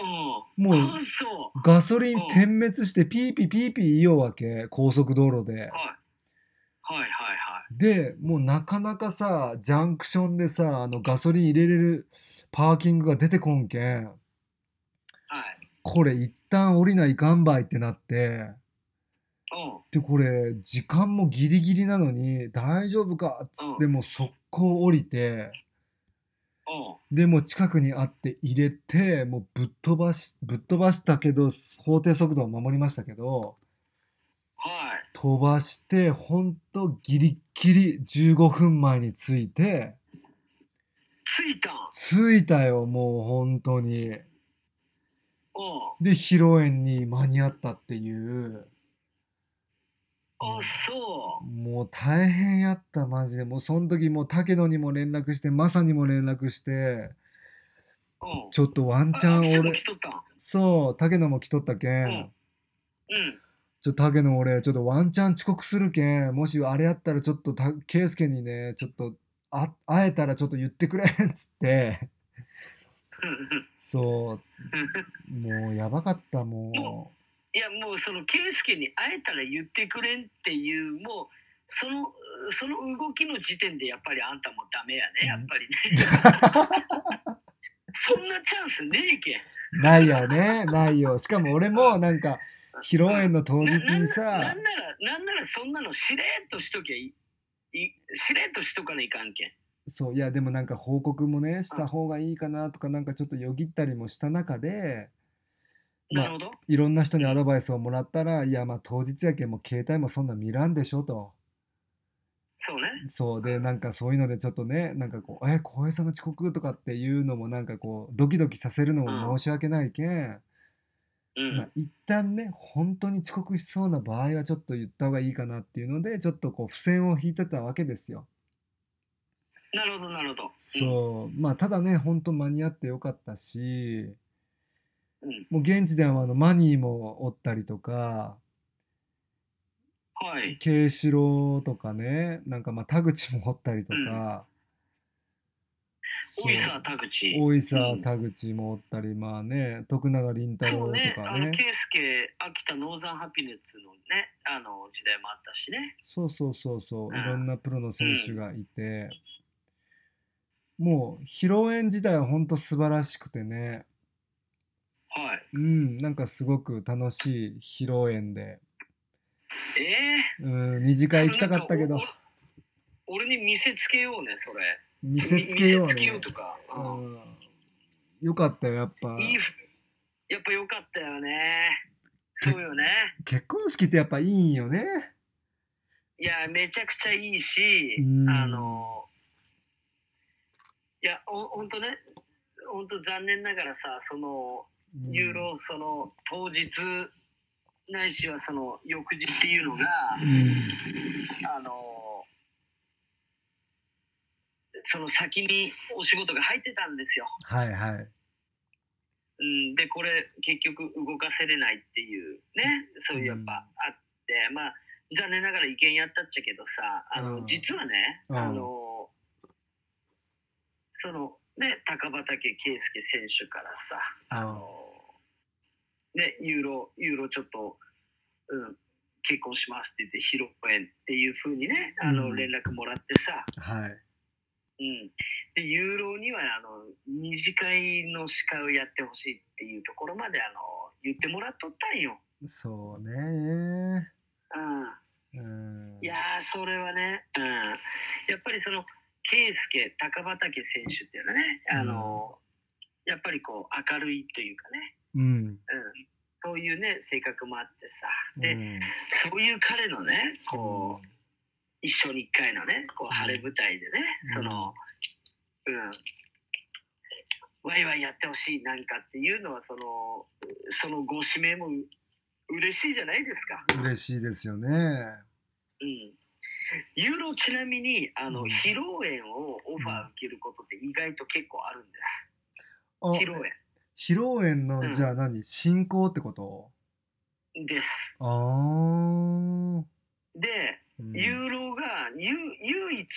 Speaker 2: おう
Speaker 1: もう
Speaker 2: あそ
Speaker 1: ガソリン
Speaker 2: うん
Speaker 1: 点滅してピーピーピーピー言いようわけ高速道路で
Speaker 2: う。はいはいはいはい
Speaker 1: でもうなかなかさジャンクションでさあのガソリン入れれるパーキングが出てこんけん。
Speaker 2: はい
Speaker 1: これ一旦降りないかんばいってなってでこれ時間もギリギリなのに大丈夫かっつ
Speaker 2: うん。うん。
Speaker 1: ってもう速攻降りて
Speaker 2: うん。
Speaker 1: でもう近くにあって入れてもうぶっ飛ばしぶっ飛ばしたけど法定速度を守りましたけど
Speaker 2: はい。
Speaker 1: 飛ばしてほんとギリギリ15分前に着いて
Speaker 2: 着いたん。うん。
Speaker 1: 着いたよもう本当にで披露宴に間に合ったっていう
Speaker 2: あ、そ
Speaker 1: もう大変やったマジでもうその時もう竹野にも連絡してマサにも連絡して
Speaker 2: う。うん。
Speaker 1: ちょっとワンチャ
Speaker 2: ああ
Speaker 1: ン
Speaker 2: 来ても来
Speaker 1: 俺
Speaker 2: とったん。
Speaker 1: そう竹野も来とったけん、
Speaker 2: うんうん。
Speaker 1: ちょっと竹野俺ちょっとワンチャン遅刻するけんもしあれやったらちょっとた圭介にねちょっとあ会えたらちょっと言ってくれっつってそうもうやばかったも
Speaker 2: いやもうその圭介に会えたら言ってくれんっていうもうそのその動きの時点でやっぱりあんたもダメやねやっぱりね そんなチャンスねえけん
Speaker 1: うないよねないよしかも俺もなんか披露宴の当日
Speaker 2: ななん
Speaker 1: に
Speaker 2: なな
Speaker 1: さ
Speaker 2: んならなんならそんなのしれっとしときゃいいしれっとしとかないかんけん
Speaker 1: そういやでもなんか報告もねした方がいいかなとかなんかちょっとよぎったりもした中でま
Speaker 2: なる
Speaker 1: あ
Speaker 2: ほど、
Speaker 1: いろんな人にアドバイスをもらったらいやまあ当日やけんもう携帯もそんな見らんでしょと
Speaker 2: そうね
Speaker 1: そうでなんかそういうのでちょっとねなんかこう「え浩平さんの遅刻?」とかっていうのもなんかこうドキドキさせるのも申し訳ないけん、
Speaker 2: うん、
Speaker 1: まあ、一旦ね本当に遅刻しそうな場合はちょっと言った方がいいかなっていうのでちょっとこう付箋を引いてたわけですよ。
Speaker 2: なるほどなるほど
Speaker 1: そうまあただね本当間に合ってよかったし
Speaker 2: うん、うん、
Speaker 1: もう現地ではあのマニーもおったりとか
Speaker 2: はい
Speaker 1: 慶四郎とかねなんかまあ田口もおったりとか、
Speaker 2: 大井沢田口
Speaker 1: 大井沢
Speaker 2: うん
Speaker 1: 田口もおったり、まあね徳永凛太
Speaker 2: そう
Speaker 1: 郎
Speaker 2: ね、
Speaker 1: と
Speaker 2: あ
Speaker 1: か
Speaker 2: の
Speaker 1: ね
Speaker 2: 圭介秋田ノーザンハピネスのねあの時代もあったしね
Speaker 1: そうそうそうそううんいろんなプロの選手がいて、もう披露宴自体は本当素晴らしくてね
Speaker 2: はい
Speaker 1: うんなんかすごく楽しい披露宴で、
Speaker 2: え
Speaker 1: うん、二次
Speaker 2: え
Speaker 1: 会行きたかったけど
Speaker 2: 俺に見せつけようねそれ
Speaker 1: 見せつけよう
Speaker 2: 見せつけ
Speaker 1: ね
Speaker 2: ようとか、
Speaker 1: う
Speaker 2: うん
Speaker 1: んよかったよやっぱ
Speaker 2: いいふやっぱ良かったよねそうよね
Speaker 1: 結婚式ってやっぱいいんよね
Speaker 2: いやめちゃくちゃいいし、
Speaker 1: うん
Speaker 2: あのいやほほんとねほんと残念ながらさその
Speaker 1: うん
Speaker 2: ユーロその当日ないしはその翌日っていうのが、
Speaker 1: うん
Speaker 2: あのその先にお仕事が入ってたんですよ、
Speaker 1: はいはい
Speaker 2: うん、でこれ結局動かせれないっていうねそういうやっぱあって、まあ残念ながら意見やったっちゃけどさあの、
Speaker 1: うん
Speaker 2: 実はね、
Speaker 1: うん
Speaker 2: あのそのね高畠圭介選手からさあの、ねユーロユーロちょっと、うん、結婚しますって言って披露宴っていうふうにねあ
Speaker 1: う
Speaker 2: の
Speaker 1: ん
Speaker 2: 連絡もらってさ、
Speaker 1: はい
Speaker 2: うん、でユーロにはあの二次会の司会をやってほしいっていうところまであの言ってもらっとったんよ。
Speaker 1: そうね
Speaker 2: う
Speaker 1: うん
Speaker 2: ん、いやーそれはね、うん、やっぱりその圭介高畠選手っていうのはねあの、やっぱりこう明るいというかね、
Speaker 1: うん
Speaker 2: うん、そういうね性格もあってさで、
Speaker 1: うん
Speaker 2: そういう彼のねこう、一生に一回のねこう晴れ舞台でね、
Speaker 1: うん
Speaker 2: そのうんワイワイやってほしいなんかっていうのはそのそのご指名もう嬉しいじゃないですか。
Speaker 1: 嬉しいですよね
Speaker 2: うんユーロちなみにあ
Speaker 1: う
Speaker 2: の、
Speaker 1: ん
Speaker 2: 披露宴をオファー受けることって意外と結構あるんです。
Speaker 1: あ
Speaker 2: 披露
Speaker 1: 披露宴の、
Speaker 2: うん
Speaker 1: じゃあ何進行ってこと
Speaker 2: 宴です。
Speaker 1: あー、
Speaker 2: で、
Speaker 1: うん
Speaker 2: ユーロがゆ唯一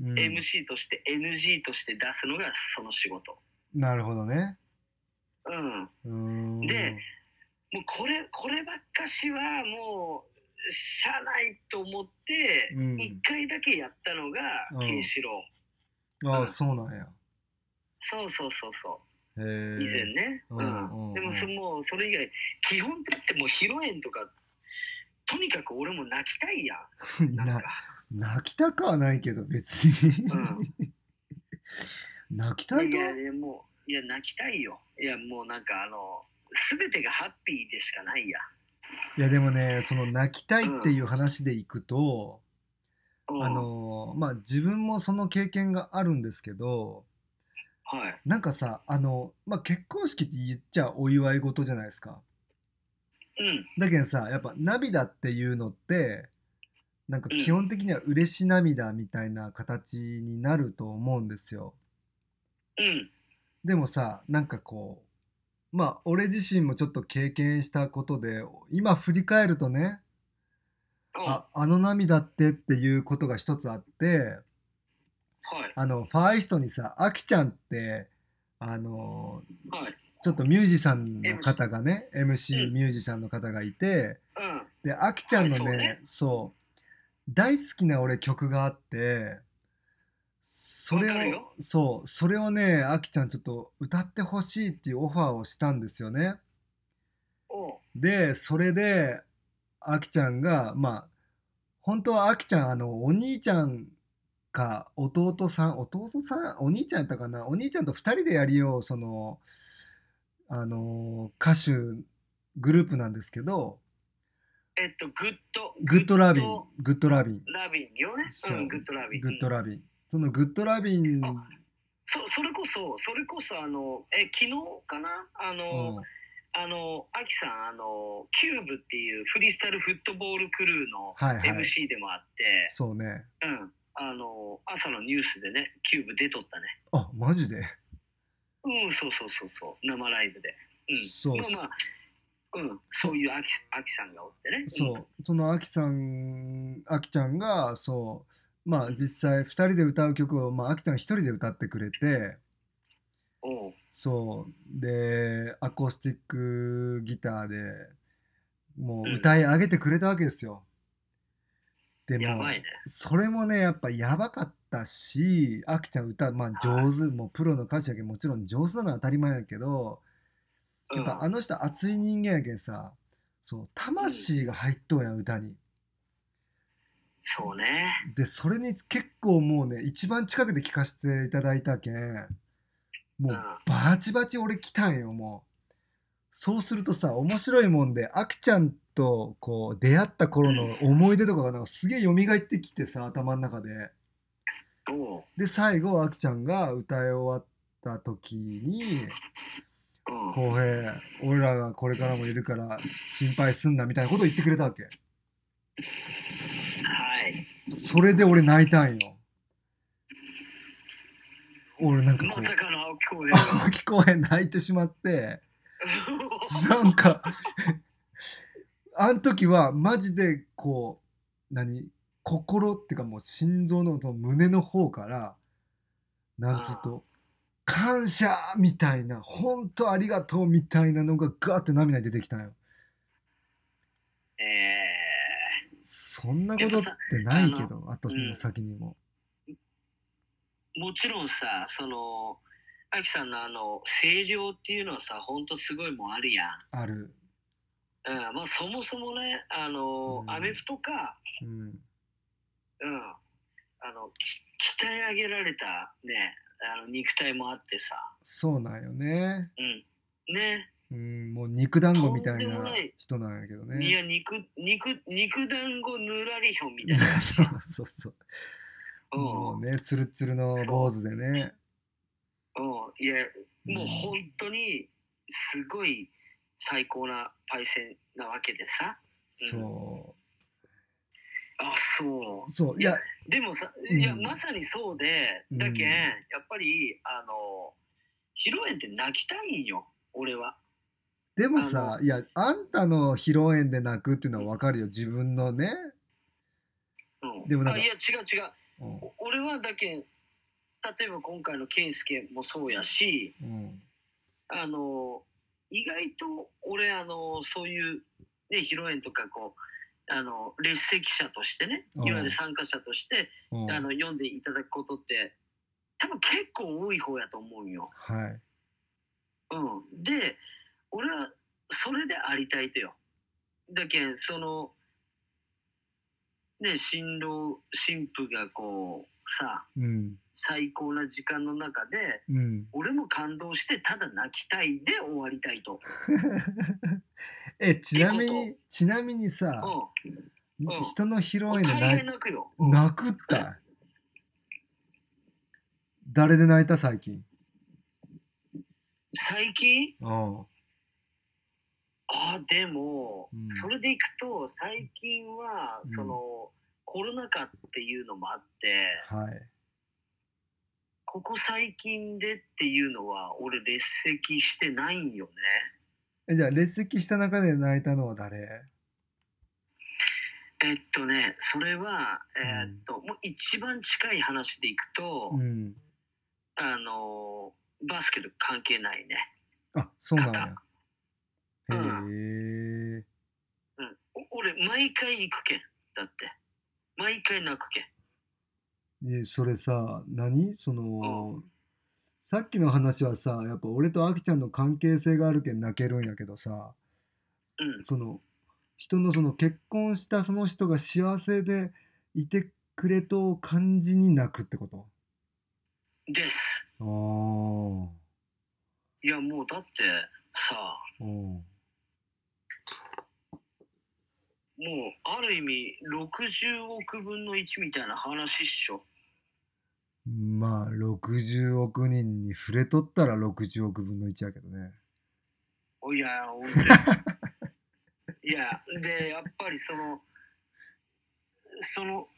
Speaker 1: うん
Speaker 2: MC として NG として出すのがその仕事。
Speaker 1: なるほどね
Speaker 2: うん、
Speaker 1: うーん
Speaker 2: でもうこれこればっかしはもうしゃあないと思って
Speaker 1: うん
Speaker 2: 一回だけやったのが
Speaker 1: うん
Speaker 2: ケンシロウ
Speaker 1: ああそうなんや
Speaker 2: そうそうそうそ
Speaker 1: へ
Speaker 2: う以前
Speaker 1: え
Speaker 2: ね、
Speaker 1: うんうんうん
Speaker 2: でもそもうそれ以外基本だってもう披露宴とかとにかく俺も泣きたいやん。なん
Speaker 1: な
Speaker 2: か
Speaker 1: 泣きたくはないけど別に、 泣きたい
Speaker 2: い
Speaker 1: と
Speaker 2: やいやもういや泣きたいよいやもうなんかあの全てがハッピーでしかないや、
Speaker 1: いやでもねその泣きたいっていう話でいくと、
Speaker 2: うん、
Speaker 1: あのーまあ自分もその経験があるんですけど
Speaker 2: はい
Speaker 1: なんかさあの、まあ、結婚式って言っちゃお祝い事じゃないですか
Speaker 2: うん
Speaker 1: だけどさやっぱ涙っていうのってなんか基本的には嬉し涙みたいな形になると思うんですよ
Speaker 2: うん
Speaker 1: でもさなんかこうまあ俺自身もちょっと経験したことで今振り返るとね
Speaker 2: うんは
Speaker 1: ああの涙ってっていうことが一つあって
Speaker 2: い
Speaker 1: あのファーイストにさあきちゃんってあの
Speaker 2: はい
Speaker 1: ちょっとミュージシャンの方がね MC、
Speaker 2: うん
Speaker 1: ミュージシャンの方がいて
Speaker 2: うん
Speaker 1: であきちゃんのね,、
Speaker 2: はいそうね
Speaker 1: そう大好きな俺曲があってそれ
Speaker 2: わかる
Speaker 1: を
Speaker 2: よ
Speaker 1: そうそれをねあきちゃんちょっと歌ってほしいっていうオファーをしたんですよね。
Speaker 2: おう
Speaker 1: でそれであきちゃんがまあ本当はあきちゃんあのお兄ちゃんか弟さん弟さんお兄ちゃんやったかなお兄ちゃんと2人でやりようそのあの歌手グループなんですけど
Speaker 2: えっとグッド
Speaker 1: グッドラビン
Speaker 2: グ
Speaker 1: グッドラビン
Speaker 2: ッドラビンよね
Speaker 1: そう
Speaker 2: うんグッドラビン
Speaker 1: グッドラビンそのグッドラビン
Speaker 2: あそそれこそそれこそあのえ昨日かなあの、
Speaker 1: うん
Speaker 2: あのアキさんあのキューブっていうフリースタイルフットボールクルーの
Speaker 1: はいはい
Speaker 2: MC でもあって、
Speaker 1: そうね
Speaker 2: うんあの朝のニュースでねキューブ出とったね
Speaker 1: あマジで
Speaker 2: うん、そうそうそうそう、生ライブで。うん、
Speaker 1: そう
Speaker 2: まあまあ、うん、そういうあき、あきさんがおってね。
Speaker 1: そ
Speaker 2: ん。
Speaker 1: うそのあきさんあきちゃんがそうまあ実際2人で歌う曲を、まあ、あきちゃん1人で歌ってくれて
Speaker 2: おう、
Speaker 1: そうでアコースティックギターでもう
Speaker 2: うん
Speaker 1: 歌い上げてくれたわけですよ。で
Speaker 2: や
Speaker 1: も
Speaker 2: ばいね。
Speaker 1: それもねやっぱやばかったしあきちゃん歌まあ上手もうプロの歌手やけんもちろん上手なのは当たり前やけど
Speaker 2: うん、
Speaker 1: やっぱあの人熱い人間やけんさそう魂が入っとんやん歌に。
Speaker 2: そうね。
Speaker 1: でそれに結構もうね一番近くで聞かせていただいたけんも
Speaker 2: う
Speaker 1: うんバチバチ俺来たんよもうそうするとさ面白いもんであきちゃんとこう出会った頃の思い出とかがなんかすげえ蘇ってきてさ頭の中で
Speaker 2: おう、
Speaker 1: で最後あきちゃんが歌い終わった時に
Speaker 2: う
Speaker 1: 「
Speaker 2: ん
Speaker 1: 浩平俺らがこれからもいるから心配すんな」みたいなことを言ってくれたわけ
Speaker 2: はい。
Speaker 1: それで俺泣いたんよ俺なんかこ
Speaker 2: ま
Speaker 1: う
Speaker 2: さかの青木公園。
Speaker 1: 青木公園泣いてしまってなんかあん時はマジでこう何心っていうかもう心臓のその胸の方からなんつうと感謝みたいな本当ありがとうみたいなのがガーって涙に出てきたんよ
Speaker 2: え
Speaker 1: そんなことってないけどあとの先にも、
Speaker 2: ー、もちろんさ、その、あきさんのあの、声量っていうのはさ、ほんとすごいもんあるやん。
Speaker 1: ある、
Speaker 2: うん、まあそもそもね、あの、
Speaker 1: うん
Speaker 2: アメフトか、
Speaker 1: うん、
Speaker 2: うん、あのき鍛え上げられたねあの肉体もあってさ、
Speaker 1: そうなんよね
Speaker 2: うん、ね
Speaker 1: うん、もう肉団子みたい
Speaker 2: とんでも
Speaker 1: な
Speaker 2: ない
Speaker 1: 人なんやけど
Speaker 2: い
Speaker 1: ね。
Speaker 2: や肉肉肉団子ぬらりひょんみたいな、
Speaker 1: そうそうそう。
Speaker 2: うん
Speaker 1: もうね、つるつるの坊主でね。
Speaker 2: うん、いやも
Speaker 1: う
Speaker 2: う
Speaker 1: ん
Speaker 2: 本当にすごい最高なパイセンなわけでさ
Speaker 1: そ。
Speaker 2: あそう
Speaker 1: そう。いや、
Speaker 2: うでもさ、
Speaker 1: うん
Speaker 2: いやまさにそうでだけん、
Speaker 1: うん
Speaker 2: やっぱりあの披露宴って泣きたいんよ俺は。
Speaker 1: でも
Speaker 2: あ
Speaker 1: さ、いや、あんたの披露宴で泣くっていうのはわかるよ。自分のね。
Speaker 2: うん、
Speaker 1: でもなんか
Speaker 2: あいや違う違う
Speaker 1: うん。
Speaker 2: お俺はだけ例えば今回の健介もそうやし
Speaker 1: うん、
Speaker 2: あの意外と俺あのそういう、ね、披露宴とかこうあの列席者としてね
Speaker 1: うん
Speaker 2: いわゆる参加者として、
Speaker 1: うん
Speaker 2: あの読んでいただくことって多分結構多い方やと思うんよ。
Speaker 1: はい。
Speaker 2: うん、で俺はそれでありたいとよ。だけんそのね、新郎、新婦がこう、さ、
Speaker 1: うん
Speaker 2: 最高な時間の中で、
Speaker 1: うん
Speaker 2: 俺も感動して、ただ泣きたいで終わりたいと。
Speaker 1: えちなみ
Speaker 2: って
Speaker 1: にちなみにさ
Speaker 2: ううん
Speaker 1: 人の披露
Speaker 2: ん。
Speaker 1: 宴で
Speaker 2: 大
Speaker 1: 泣
Speaker 2: 概
Speaker 1: い
Speaker 2: 泣くよ。うん
Speaker 1: 泣くった誰で泣いた最近
Speaker 2: 最近
Speaker 1: うん
Speaker 2: ああ、でも、
Speaker 1: うん
Speaker 2: それでいくと、最近は、
Speaker 1: うん
Speaker 2: その、コロナ禍っていうのもあって、
Speaker 1: はい
Speaker 2: ここ最近でっていうのは、俺、列席してないんよね。
Speaker 1: えじゃあ列席した中で泣いたのは誰
Speaker 2: えっとね、それは、
Speaker 1: ん
Speaker 2: えーっと、もう一番近い話でいくと、
Speaker 1: うん
Speaker 2: あの、バスケと関係ないね。
Speaker 1: あそうなんやへえ
Speaker 2: 肩うん。お俺、毎回行くけん。だって。毎回泣くけん。
Speaker 1: ねえそれさ何そのさっきの話はさやっぱ俺とあきちゃんの関係性があるけん泣けるんやけどさ
Speaker 2: うん。
Speaker 1: その人のその結婚したその人が幸せでいてくれとを感じに泣くってこと
Speaker 2: です。
Speaker 1: あー
Speaker 2: いや、もうだって、さ、
Speaker 1: うん
Speaker 2: もう、ある意味、60億分の1みたいな話っしょ。
Speaker 1: まあ60億人に触れとったら60億分の1やけどね
Speaker 2: いや、本当にいや、で、やっぱりその、その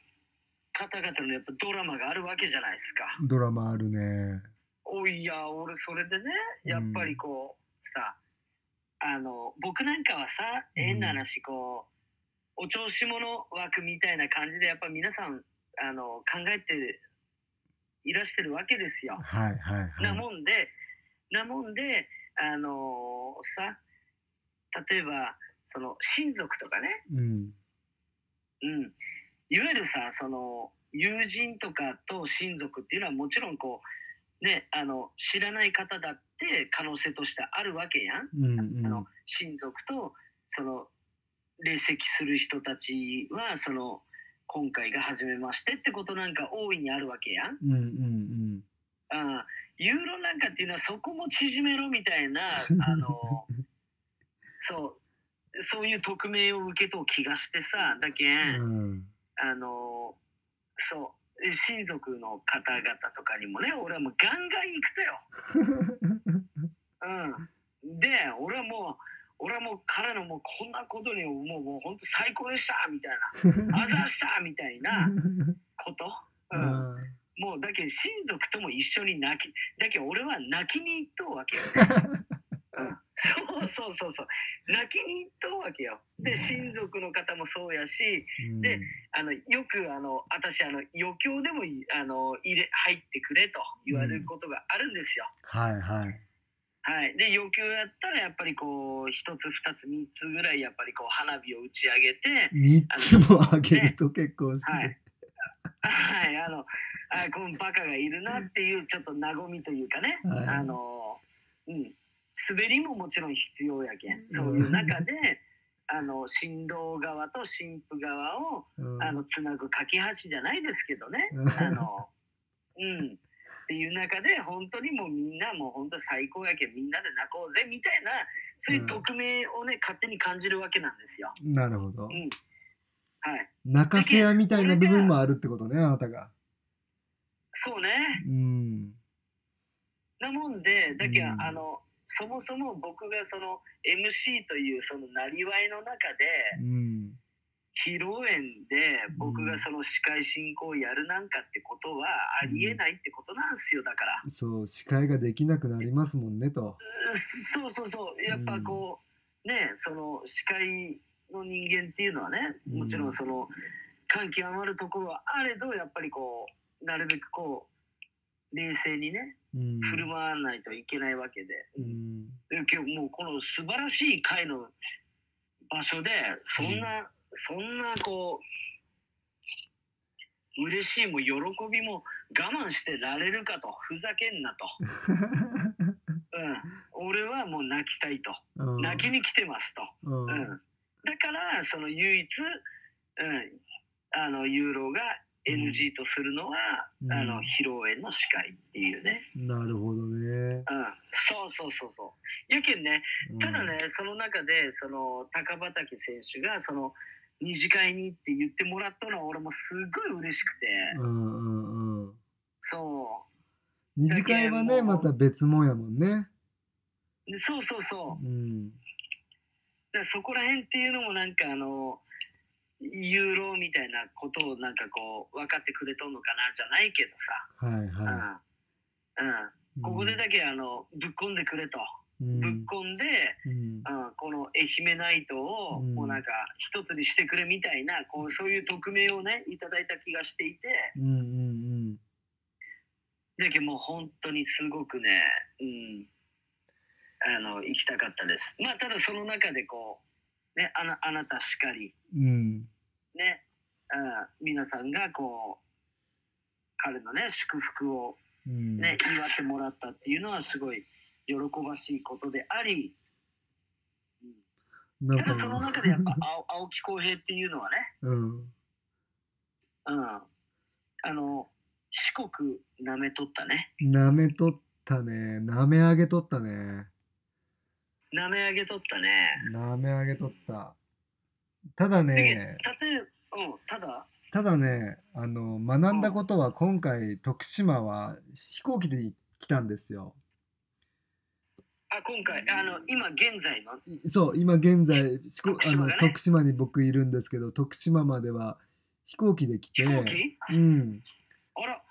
Speaker 2: 方々のやっぱドラマがあるわけじゃないですか。
Speaker 1: ドラマあるね
Speaker 2: おいや、俺、それでね、やっぱりこう、さ、あの、僕なんかはさ、
Speaker 1: うん
Speaker 2: 変な話、こう、お調子者枠みたいな感じで、やっぱ皆さん、あの、考えていらしてるわけですよ。
Speaker 1: はいはい
Speaker 2: な
Speaker 1: はい
Speaker 2: もんで、なもんで、あのーさ、例えば、その親族とかね、
Speaker 1: うん
Speaker 2: うん、いわゆるさ、その友人とかと親族っていうのはもちろんこう、ね、あの知らない方だって可能性としてあるわけやん。
Speaker 1: うん
Speaker 2: あ
Speaker 1: うん
Speaker 2: の親族とその列席する人たちはその今回が初めましてってことなんか大いにあるわけやん。
Speaker 1: うんうん
Speaker 2: うんユーロなんかっていうのはそこも縮めろみたい なあのそうそういう匿名を受けとう気がしてさだけん、
Speaker 1: うん
Speaker 2: あのそう親族の方々とかにもね俺はもうガンガン行くとよ。うん、で俺はもう俺はもう彼のもうこんなことにもうもう本当最高でしたみたい なあざしたみたいなこと。うんもうだけど親族とも一緒に泣きだけど俺は泣きに行っとうわけよ、うん、そうそうそうそう泣きに行っとうわけよで親族の方もそうやし であのよくあの私あの余興でもいあの入れ入ってくれと言われることがあるんですよ、
Speaker 1: はいはい
Speaker 2: はい、で余興やったらやっぱりこう一つ二つ三つぐらいやっぱりこう花火を打ち上げて
Speaker 1: 3つもあげると結婚式
Speaker 2: はいはい、あの、あ、このバカがいるなっていう、ちょっと和みというかね、
Speaker 1: はい
Speaker 2: あの、うん。滑りももちろん必要やけん、そういう中で。あの新郎側と新婦側を
Speaker 1: うん
Speaker 2: あのつなぐ架け橋じゃないですけどね、
Speaker 1: うん
Speaker 2: あのうんっていう中で本当にもうみんなもう本当最高やけんみんなで泣こうぜみたいなそういう匿名をね、勝手に感じるわけなんですよ。
Speaker 1: なるほど
Speaker 2: うんはい、
Speaker 1: 泣かせ屋みたいな部分もあるってことねあなたが
Speaker 2: そうね
Speaker 1: うん
Speaker 2: なもんでだけど、
Speaker 1: うん
Speaker 2: あのそもそも僕がその MC というそのなりわいの中で
Speaker 1: うん
Speaker 2: 披露宴で僕
Speaker 1: う
Speaker 2: が
Speaker 1: ん
Speaker 2: その司会進行をやるなんかってことはありえないってことなんですよだから、
Speaker 1: そう司会ができなくなりますもんねと
Speaker 2: うんそうそうそうやっぱこう、ねその司会の人間っていうのはねもちろんその感極まるところはあれどやっぱりこうなるべくこう冷静にね
Speaker 1: うん
Speaker 2: 振る舞わないといけないわけで。
Speaker 1: うん
Speaker 2: で今日もうこの素晴らしい会の場所でそんな、そんなこう嬉しいも喜びも我慢してられるかとふざけんなと、 うん、俺はもう泣きたいと
Speaker 1: うん
Speaker 2: 泣きに来てますと、
Speaker 1: うん
Speaker 2: うん、だからその唯一、うん、あのユーロが NG とするのは、
Speaker 1: うん
Speaker 2: あの披露宴の司会っていうね、
Speaker 1: なるほどね。
Speaker 2: うん、そうそうそうそうやけんね
Speaker 1: うん
Speaker 2: ただね、その中でその高畑選手がその二次会にって言ってもらったのは俺もすごい嬉しくて、
Speaker 1: うんうんうん。
Speaker 2: そ
Speaker 1: 二次会はね、
Speaker 2: だけど
Speaker 1: また別もんやもんね。
Speaker 2: うでそうそうそう
Speaker 1: うん。
Speaker 2: だからそこら辺っていうのもなんかあのユーロみたいなことをなんかこう分かってくれとんのかなじゃないけど
Speaker 1: はい
Speaker 2: さ、
Speaker 1: は
Speaker 2: うんうん、
Speaker 1: い。
Speaker 2: ここでだけあのぶっこんでくれと、
Speaker 1: うん
Speaker 2: ぶっこんで、
Speaker 1: うん
Speaker 2: うん、この愛媛ナイトを
Speaker 1: うん
Speaker 2: もうなんか一つにしてくれみたいなこうそういう匿名をねいただいた気がしていて
Speaker 1: うんうん
Speaker 2: だけどもう本当にすごくね、うん、あの行きたかったですまあただその中でこうねあなあなたしかり
Speaker 1: うん。うん。
Speaker 2: ね、うん、皆さんがこう彼のね祝福を
Speaker 1: うん。
Speaker 2: ね、祝ってもらったっていうのはすごい喜ばしいことであり
Speaker 1: な
Speaker 2: た
Speaker 1: んか
Speaker 2: だその中でやっぱ青青木浩平っていうのはね、
Speaker 1: うん。
Speaker 2: うん、あの四国なめとったね
Speaker 1: 舐めとったね。舐め上げとったね。
Speaker 2: なめ上げとったね。
Speaker 1: 舐め上げとった。ただね、
Speaker 2: たとえうん、ただ
Speaker 1: ただね、あの、学んだことは今回、徳島は飛行機で来たんですよ。
Speaker 2: あ今回あの今現在の
Speaker 1: いそう、今現在、四国
Speaker 2: 徳
Speaker 1: あ
Speaker 2: 島
Speaker 1: の
Speaker 2: がね
Speaker 1: 徳島に僕いるんですけど、徳島までは飛行機で来て、
Speaker 2: 飛行機、
Speaker 1: うん、
Speaker 2: あら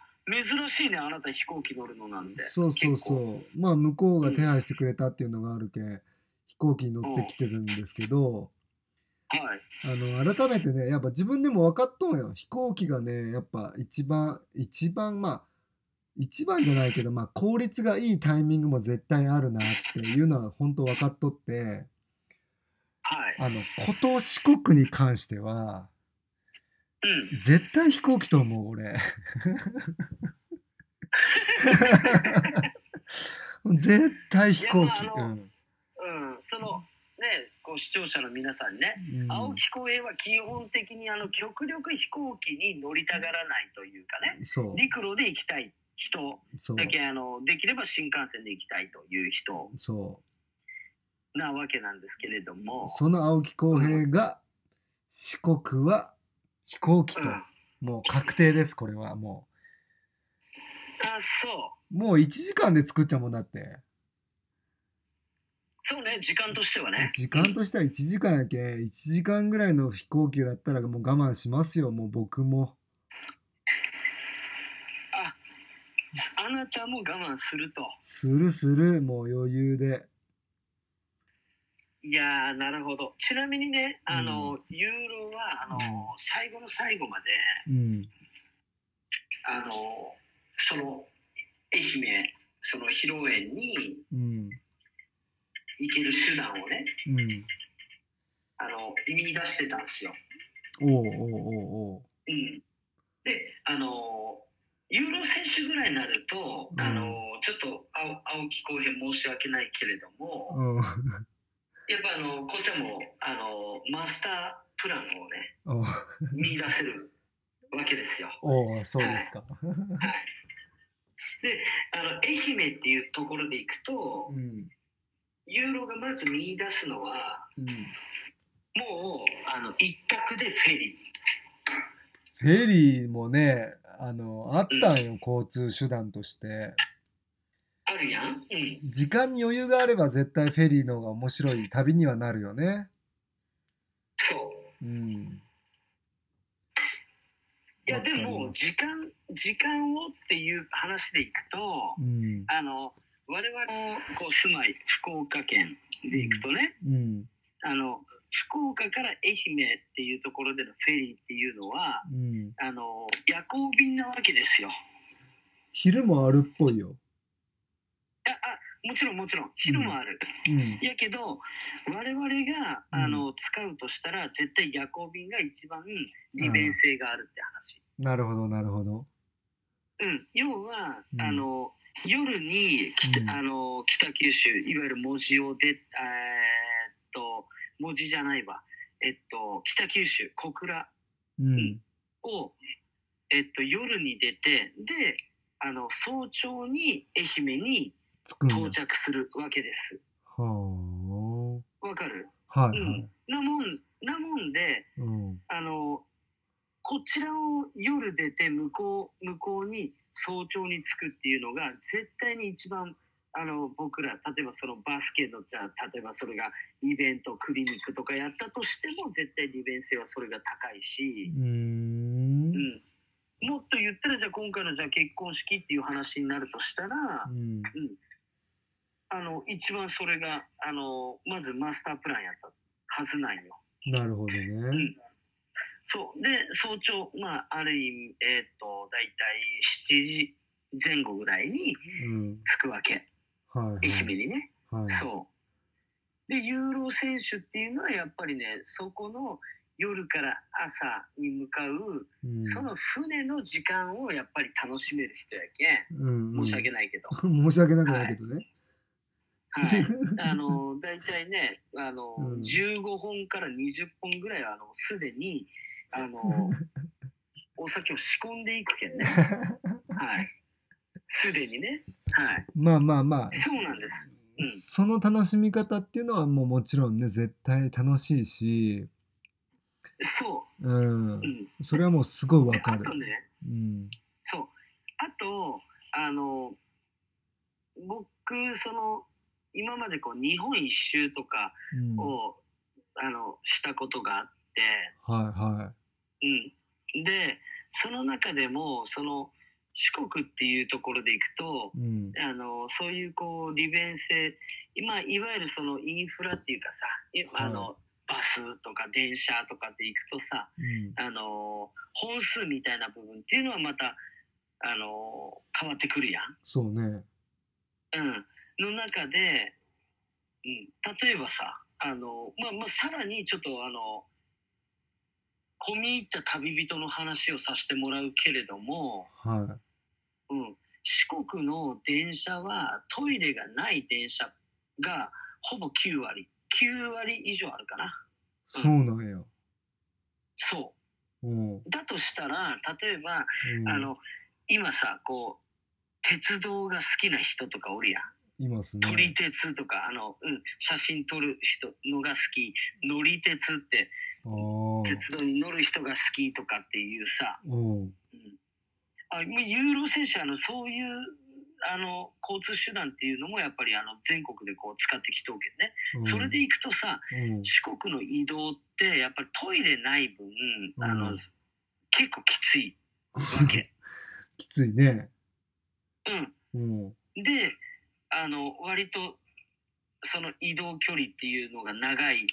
Speaker 2: 珍しいねあなた飛行機乗るのなんて
Speaker 1: そうそう
Speaker 2: 結構
Speaker 1: そうまあ向こうが手配してくれたっていうのがあるけ、ん、飛行機に乗ってきてるんですけど、
Speaker 2: はい
Speaker 1: あの改めてねやっぱ自分でも分かっとんよ飛行機がねやっぱ一番一番まあ一番じゃないけど、まあ、効率がいいタイミングも絶対あるなっていうのは本当分かっとって
Speaker 2: はい
Speaker 1: あのこと四国に関しては
Speaker 2: うん
Speaker 1: 絶対飛行機と思う俺絶対飛行機
Speaker 2: いやまああのうん、そのね、こう視聴者の皆さんね、
Speaker 1: うんうん
Speaker 2: 青木公平は基本的にあの極力飛行機に乗りたがらないというかね、
Speaker 1: そう
Speaker 2: 陸路で行きたい人
Speaker 1: そう
Speaker 2: だけあのできれば新幹線で行きたいという人
Speaker 1: そう
Speaker 2: なわけなんですけれども、
Speaker 1: その青木浩平が四国は飛行機と
Speaker 2: うん、あ
Speaker 1: もう確定ですこれはも
Speaker 2: そう
Speaker 1: うもう1時間で作っちゃうもんだって
Speaker 2: そうね時間としてはね
Speaker 1: 時間としては1時間やけ1時間ぐらいの飛行機だったらもう我慢しますよもう僕も
Speaker 2: あなたも我慢すると
Speaker 1: するするもう余裕で
Speaker 2: いやーなるほどちなみにねあの、ユーロはあの、
Speaker 1: うん
Speaker 2: 最後の最後まで
Speaker 1: うん
Speaker 2: あのその愛媛その披露宴に
Speaker 1: うん
Speaker 2: 行ける手段をね
Speaker 1: うん
Speaker 2: あの見出してたんですよ。
Speaker 1: おうおうおうおう
Speaker 2: うん、であのユーロ選手ぐらいになると、
Speaker 1: うん
Speaker 2: あのちょっと青青木浩平申し訳ないけれども、
Speaker 1: うん
Speaker 2: やっぱあのこっちはもうあのマスタープ ランをね
Speaker 1: おう
Speaker 2: 見出せるわけですよ。
Speaker 1: おうそうですか
Speaker 2: であの愛媛っていうところで行くと
Speaker 1: うん
Speaker 2: ユーロがまず見出すのは
Speaker 1: うん
Speaker 2: もうあの一択でフェリー。
Speaker 1: フェリーもね、あの、あったんよ、交通手段として。
Speaker 2: あるやん、うん、
Speaker 1: 時間に余裕があれば絶対フェリーの方が面白い旅にはなるよね。
Speaker 2: そう
Speaker 1: うん。
Speaker 2: いや
Speaker 1: わか
Speaker 2: で
Speaker 1: ります
Speaker 2: も時間時間をっていう話でいくと
Speaker 1: うん。
Speaker 2: あの我々のこう住まい福岡県でいくとね、
Speaker 1: うん。
Speaker 2: あの福岡から愛媛っていうところでのフェリーっていうのは
Speaker 1: うん。
Speaker 2: あの夜行便なわけですよ。
Speaker 1: 昼もあるっぽいよ。
Speaker 2: ああもちろんもちろん昼もある、
Speaker 1: うん。
Speaker 2: やけど我々があの使うとしたら絶対夜行便が一番利便性があるって話。
Speaker 1: なるほど、なるほど。
Speaker 2: うん、要は、
Speaker 1: うん
Speaker 2: あの夜に北,、
Speaker 1: うん
Speaker 2: あの北九州いわゆる門司を出えーっと門司じゃないわえっと北九州小倉
Speaker 1: うん。
Speaker 2: を、えっと、夜に出てであの早朝に愛媛に
Speaker 1: 着くんだ
Speaker 2: 到着するわけです。
Speaker 1: は
Speaker 2: わかる、
Speaker 1: あ。は
Speaker 2: う
Speaker 1: いはい
Speaker 2: ん。、なもんなもんで
Speaker 1: うん。
Speaker 2: あのこちらを夜出て向こう向こうに早朝に着くっていうのが絶対に一番あの僕ら例えばそのバスケのじゃあ例えばそれがイベントクリニックとかやったとしても絶対利便性はそれが高いし、
Speaker 1: うーん
Speaker 2: う。ん、もっと言ったらじゃあ今回のじゃあ結婚式っていう話になるとしたら、
Speaker 1: うん。
Speaker 2: うん、あの一番それがあのまずマスタープランやったはずなんよ。
Speaker 1: なるほど
Speaker 2: ん
Speaker 1: ね。
Speaker 2: そう。で、早朝、まあ、ある意味、えっ、と、だいたい7時前後ぐらいに
Speaker 1: うん。
Speaker 2: 着くわけ。
Speaker 1: はいはい。
Speaker 2: 愛媛にね。
Speaker 1: はい。
Speaker 2: そう。で、ユーロ選手っていうのは、やっぱりね、そこの夜から朝に向かう、
Speaker 1: うん。
Speaker 2: その船の時間をやっぱり楽しめる人やけ。
Speaker 1: うんうんん。
Speaker 2: 申し訳ないけ ど。
Speaker 1: 申し訳なくないけどね。
Speaker 2: はい。あの、だいたいね、あの、
Speaker 1: うん
Speaker 2: 15本から20本ぐらいは、あの、すでに、あの、お酒を仕込んでいくけんね。はい。すでにね。はい。
Speaker 1: まあまあまあ。
Speaker 2: そうなんです。うん
Speaker 1: その楽しみ方っていうのはもうもちろんね絶対楽しいし、、
Speaker 2: そうう。うんん。
Speaker 1: それはもうすごいわ
Speaker 2: で
Speaker 1: か
Speaker 2: あ
Speaker 1: る
Speaker 2: と。ね、
Speaker 1: うん、
Speaker 2: そう。あと、あの、僕、その、今までこう、日本一周とか
Speaker 1: うん、はい
Speaker 2: を、あの、したことがあって、
Speaker 1: は
Speaker 2: うん。で、その中でも、その、四国っていうところで行くと
Speaker 1: い。、うん、
Speaker 2: あのそういうこう利便性今いわゆるそのインフラっていうかさいあの、バスとか電車とかで行くとさ
Speaker 1: うん、
Speaker 2: あの本数みたいな部分っていうのはまたあの変わってくるやん。
Speaker 1: そうね。
Speaker 2: うん、の中で、うん、例えばさあの、まあまあ、さらにちょっとあの込み入った旅人の話をさせてもらうけれども、
Speaker 1: は。
Speaker 2: うん、四国の電車はトイレがない電車がほぼ9割9割以上あるかない
Speaker 1: そうなんや。
Speaker 2: そ
Speaker 1: うん、うん
Speaker 2: うだとしたら例えば、あの今さこう鉄道が好きな人とかおるやん
Speaker 1: いますね。
Speaker 2: 撮り鉄とかあの、うん、写真撮る人のが好き乗り鉄って
Speaker 1: ああ、
Speaker 2: 鉄道に乗る人が好きとかっていうさ、
Speaker 1: うん、
Speaker 2: うんあもうユーロ選手はあのそういうあの交通手段っていうのもやっぱりあの全国でこう使ってきとうけ
Speaker 1: う
Speaker 2: んね、
Speaker 1: ん
Speaker 2: それで、行くとさ
Speaker 1: うん、
Speaker 2: 四国の移動ってやっぱりトイレない分あの、
Speaker 1: うん
Speaker 2: 結構きついわけ。
Speaker 1: きついね。
Speaker 2: うん、
Speaker 1: うん、
Speaker 2: であの割とその移動距離っていうのが長い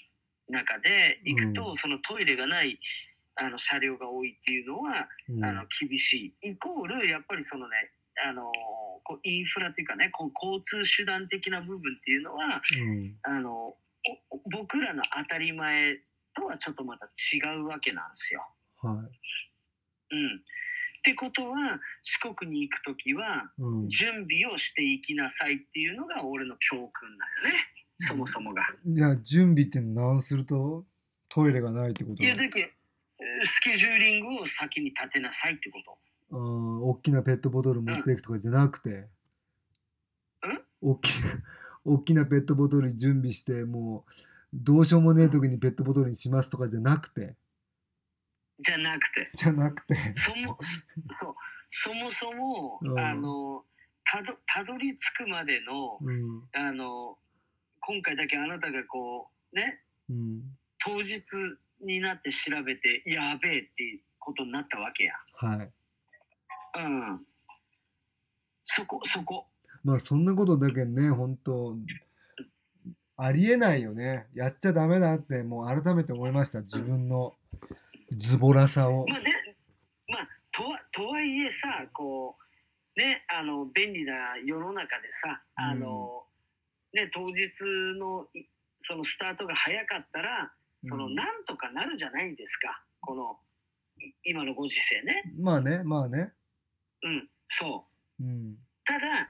Speaker 2: 中で行くと、
Speaker 1: う
Speaker 2: そのトイレがないあの車両が多いっていうのは
Speaker 1: うん、
Speaker 2: あの厳しいイコールやっぱりそのねあのこうインフラっていうかねこう交通手段的な部分っていうのは
Speaker 1: うん、
Speaker 2: あのおお僕らの当たり前とはちょっとまた違うわけなんですよ。
Speaker 1: は、
Speaker 2: うん、ってことは四国に行く時はい
Speaker 1: うん。
Speaker 2: 準備をしていきなさいっていうのが俺の教訓なんよねそもそもが。
Speaker 1: じゃあ準備って何するとトイレがないってこと
Speaker 2: いやだけどえースケジューリングを先に立てなさいってこと。
Speaker 1: あー大きなペットボトル持っていくとかじゃなくて、大きな 大きなペットボトル準備してもうどうしようもねえ時にペットボトルにしますとかじゃなくて
Speaker 2: じゃなくて。
Speaker 1: じゃなくて
Speaker 2: そもそそうそもそも、
Speaker 1: うん
Speaker 2: あのたどたどり着くまでの
Speaker 1: うん
Speaker 2: あの今回だけあなたがこうね
Speaker 1: うん
Speaker 2: 当日になって調べてやべえっていうことになったわけや。
Speaker 1: はい
Speaker 2: うん。そこそこ。
Speaker 1: まあそんなことだけね本当ありえないよねやっちゃダメだってもう改めて思いました自分のズボラさを
Speaker 2: まあねまあとはとはいえさこうねあの便利な世の中でさあの、ね当日のいそのスタートが早かったら。その
Speaker 1: うん
Speaker 2: なんとかなるじゃないですか、このい今のご時世ね。
Speaker 1: まあねまあね
Speaker 2: うん、そ
Speaker 1: う
Speaker 2: う。
Speaker 1: ん
Speaker 2: ただ、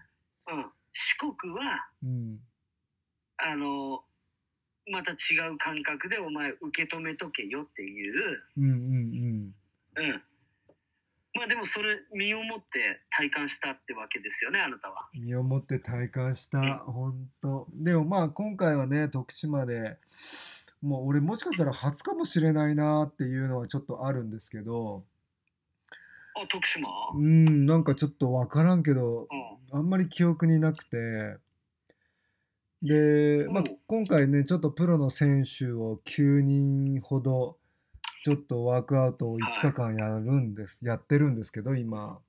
Speaker 2: うん、四国は、
Speaker 1: うん
Speaker 2: あの、また違う感覚でお前受け止めとけよっていう、
Speaker 1: うんうん
Speaker 2: うん、まあでもそれ身をもって体感したってわけですよねあなたは。
Speaker 1: 身をもって体感した、本当。でもまあ今回はね、徳島で、もう俺もしかしたら初かもしれないなっていうのはちょっとあるんですけど、
Speaker 2: あ徳島、
Speaker 1: う
Speaker 2: うん
Speaker 1: ん、なんかちょっとわからんけど、
Speaker 2: う
Speaker 1: あんまり記憶になくて、で、まあ
Speaker 2: うん
Speaker 1: 今回ね、ちょっとプロの選手を9人ほど、ちょっとワークアウトを5日間やるんです、やってるんですけど、今。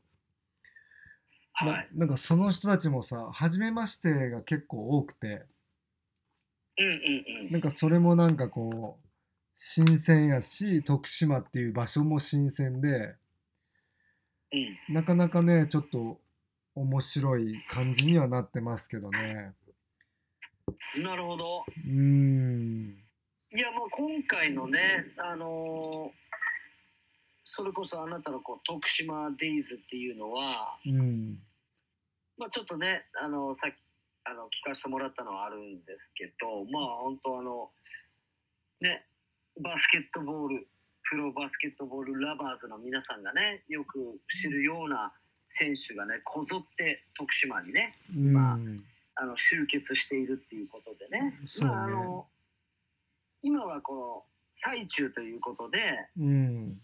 Speaker 2: は、
Speaker 1: ないなんかその人たちもさ初めましてが結構多くて
Speaker 2: うんうんう
Speaker 1: なんんかそれもなんかこう新鮮やし徳島っていう場所も新鮮で
Speaker 2: うん
Speaker 1: なかなかねちょっと面白い感じにはなってますけどね
Speaker 2: なるほど
Speaker 1: うーん
Speaker 2: いやまあ今回のねあのーそれこそあなたのこう徳島デイズっていうのは、
Speaker 1: うん
Speaker 2: まあ、ちょっとねあのさっきあの聞かせてもらったのはあるんですけどまあ本当あのねバスケットボールプロバスケットボールラバーズの皆さんがねよく知るような選手がねこぞって徳島にね
Speaker 1: うん、
Speaker 2: まああの集結しているっていうことでね
Speaker 1: そうね
Speaker 2: まあ、あの今はこの最中ということで、
Speaker 1: うん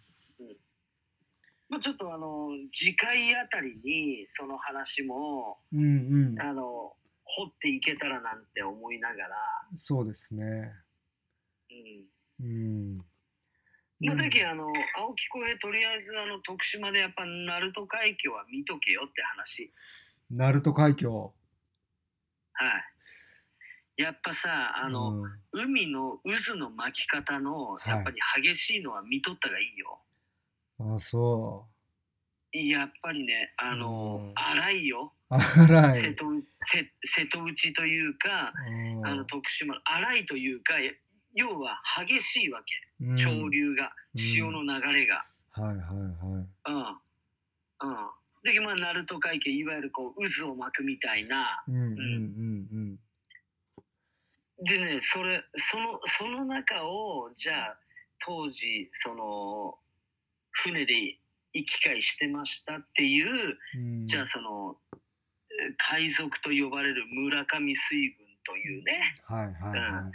Speaker 2: まあ、ちょっとあの次回あたりにその話も
Speaker 1: うんうん
Speaker 2: あの掘っていけたらなんて思いながら、
Speaker 1: そうですねう
Speaker 2: う
Speaker 1: ん
Speaker 2: ん、まあだけどあの青木浩平とりあえずあの徳島でやっぱ鳴門海峡は見とけよって話
Speaker 1: 鳴門海峡
Speaker 2: はいやっぱさあの、
Speaker 1: うん
Speaker 2: 海の渦の巻き方の
Speaker 1: い
Speaker 2: やっぱり激しいのは見とったがいいよ、
Speaker 1: あそ
Speaker 2: やっぱりねあの、
Speaker 1: うん
Speaker 2: 荒いよ、
Speaker 1: うあら
Speaker 2: 瀬
Speaker 1: い、
Speaker 2: 戸瀬瀬戸内というか、
Speaker 1: うん
Speaker 2: あの徳島荒いというか要は激しいわけ
Speaker 1: うん
Speaker 2: 潮流が、
Speaker 1: うん
Speaker 2: 潮の流れが。
Speaker 1: はいはいはい
Speaker 2: うんうんで、まあ、鳴門海峡、いわゆるこう渦を巻くみたいな。
Speaker 1: うんうんうん
Speaker 2: でね、それ、その、その中を、じゃあ、当時、その、船で行き来してましたっていう、
Speaker 1: うんうん
Speaker 2: じゃあ、その、えー海賊と呼ばれる村上水軍というね、
Speaker 1: はいはいは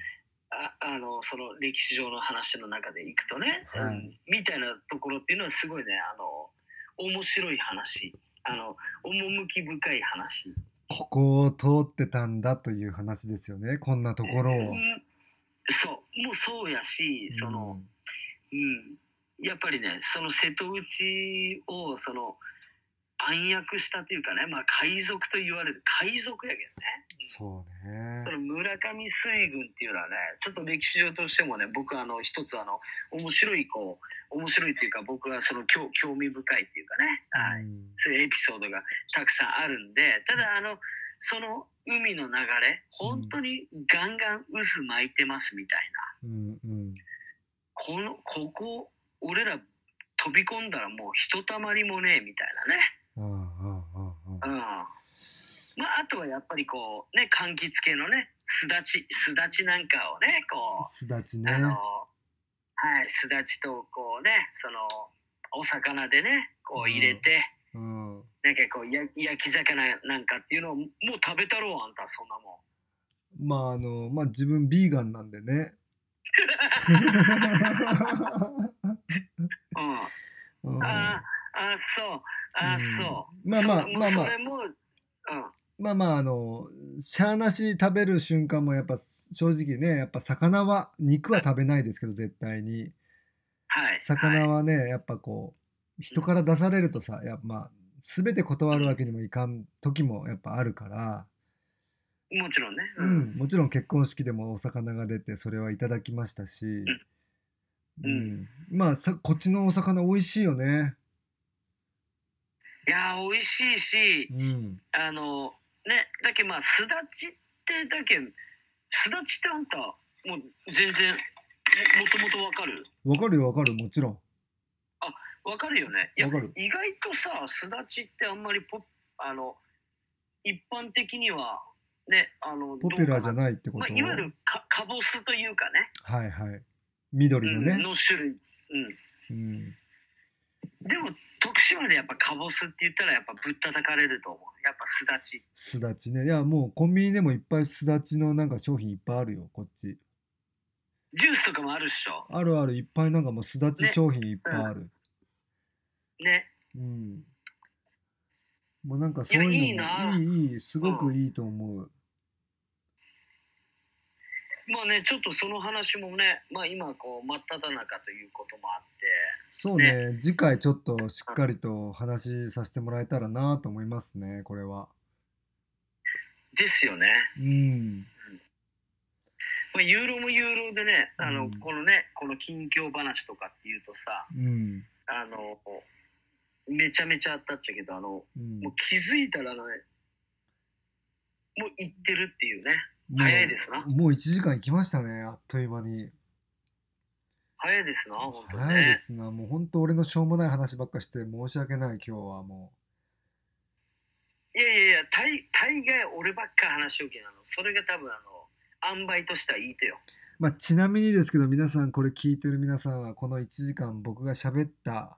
Speaker 2: ああの、その歴史上の話の中でいくとね、
Speaker 1: はい
Speaker 2: うんみたいなところっていうのはすごいね、あの、面白い話、あの、趣深い話。
Speaker 1: いここを通ってたんだという話ですよねこんなところを
Speaker 2: うんそうもうそうやしその、うんやっぱりねその瀬戸内をその暗躍したというかね、まあ、海賊と言われる海賊やけどね
Speaker 1: そう
Speaker 2: そ
Speaker 1: ね
Speaker 2: の村上水軍っていうのはねちょっと歴史上としてもね僕はあの一つあの面白いこう面白いっていうか僕はその興興味深いっていうかね、はい、
Speaker 1: うん
Speaker 2: そういうエピソードがたくさんあるんで、ただあの、その海の流れ、本当にガンガン渦巻いてますみたいな。
Speaker 1: うんうん
Speaker 2: この、ここ、俺ら飛び込んだらもうひとたまりもねえみたい
Speaker 1: ああああ
Speaker 2: な
Speaker 1: ああ
Speaker 2: ね。うん。まあ、あとはやっぱりこう、ね、柑橘系のね、すだち、すだちなんかをね、こ
Speaker 1: すだち
Speaker 2: う、
Speaker 1: ね
Speaker 2: あの、はい、すだちとこうね、その、お魚でね、こう入れて、
Speaker 1: うん
Speaker 2: なんかこうや焼き魚なんかっていうのをもう食べたろうあんたそんなもん。
Speaker 1: まああのまあ自分ビーガンなんで ね
Speaker 2: うん、あああそうあ
Speaker 1: うん
Speaker 2: そう。
Speaker 1: まあまあ
Speaker 2: そも
Speaker 1: ま
Speaker 2: う
Speaker 1: あまあ
Speaker 2: それもうん
Speaker 1: まあまああのしゃーなし食べる瞬間もやっぱ正直ねやっぱ魚は肉は食べないですけど絶対に
Speaker 2: はい。
Speaker 1: 魚
Speaker 2: はい
Speaker 1: はねやっぱこう人から出されるとさやっぱまあ全て断るわけにもいかん時もやっぱあるから、
Speaker 2: もちろんね。
Speaker 1: う。ん、もちろん結婚式でもお魚が出てそれはいただきましたし、うんまあさこっちのお魚美味しいよね。
Speaker 2: いやー美味しいし
Speaker 1: うん、
Speaker 2: あのねだけどまあすだちってだけすだちってあんたもう全然ももともとわかる
Speaker 1: わかるよわかるもちろん。
Speaker 2: わかるよね。いや
Speaker 1: わかる
Speaker 2: 意外とさすだちってあんまりポあの一般的にはねあの
Speaker 1: ポピュラーじゃ
Speaker 2: ない
Speaker 1: ないってこと、
Speaker 2: まあ、いわゆるかかぼすというかね
Speaker 1: はいはい。緑の
Speaker 2: うん
Speaker 1: ね。
Speaker 2: の種類、う
Speaker 1: うん
Speaker 2: ん、でも徳徳島でやっぱカボスって言ったらやっぱぶったたかれると思うやっぱすだち
Speaker 1: すだちねいやもうコンビニでもいっぱいすだちのなんか商品いっぱいあるよこっち
Speaker 2: ジュースとかもあるっしょ
Speaker 1: あるあるいっぱいなんかもうすだち商品いっぱいある、
Speaker 2: ね
Speaker 1: うんもうなんかそういうのもい
Speaker 2: い
Speaker 1: いいいすごくいいと思う、
Speaker 2: まあねちょっとその話もねまあ今こう真っ只中ということもあって
Speaker 1: そうね次回ちょっとしっかりと話させてもらえたらなと思いますねこれは
Speaker 2: ですよね
Speaker 1: うん
Speaker 2: まあユーロもユーロでねあの、
Speaker 1: うん
Speaker 2: このねこの近況話とかっていうとさ
Speaker 1: うん
Speaker 2: あのめちゃめちゃあったっちゃけどあの
Speaker 1: うん
Speaker 2: もう気づいたらねもう行ってるっていうね
Speaker 1: もう
Speaker 2: 早いですな
Speaker 1: もう1時間いきましたねあっという間に
Speaker 2: 早いですな本当に
Speaker 1: 早い
Speaker 2: ね
Speaker 1: ですなもうほんと俺のしょうもない話ばっかして申し訳ない今日はも
Speaker 2: いやいやいや大大概俺ばっか話しようけなのそれが多分あの塩梅としてはいいと よ
Speaker 1: うまあちなみにですけど皆さんこれ聞いてる皆さんはこの1時間僕が喋った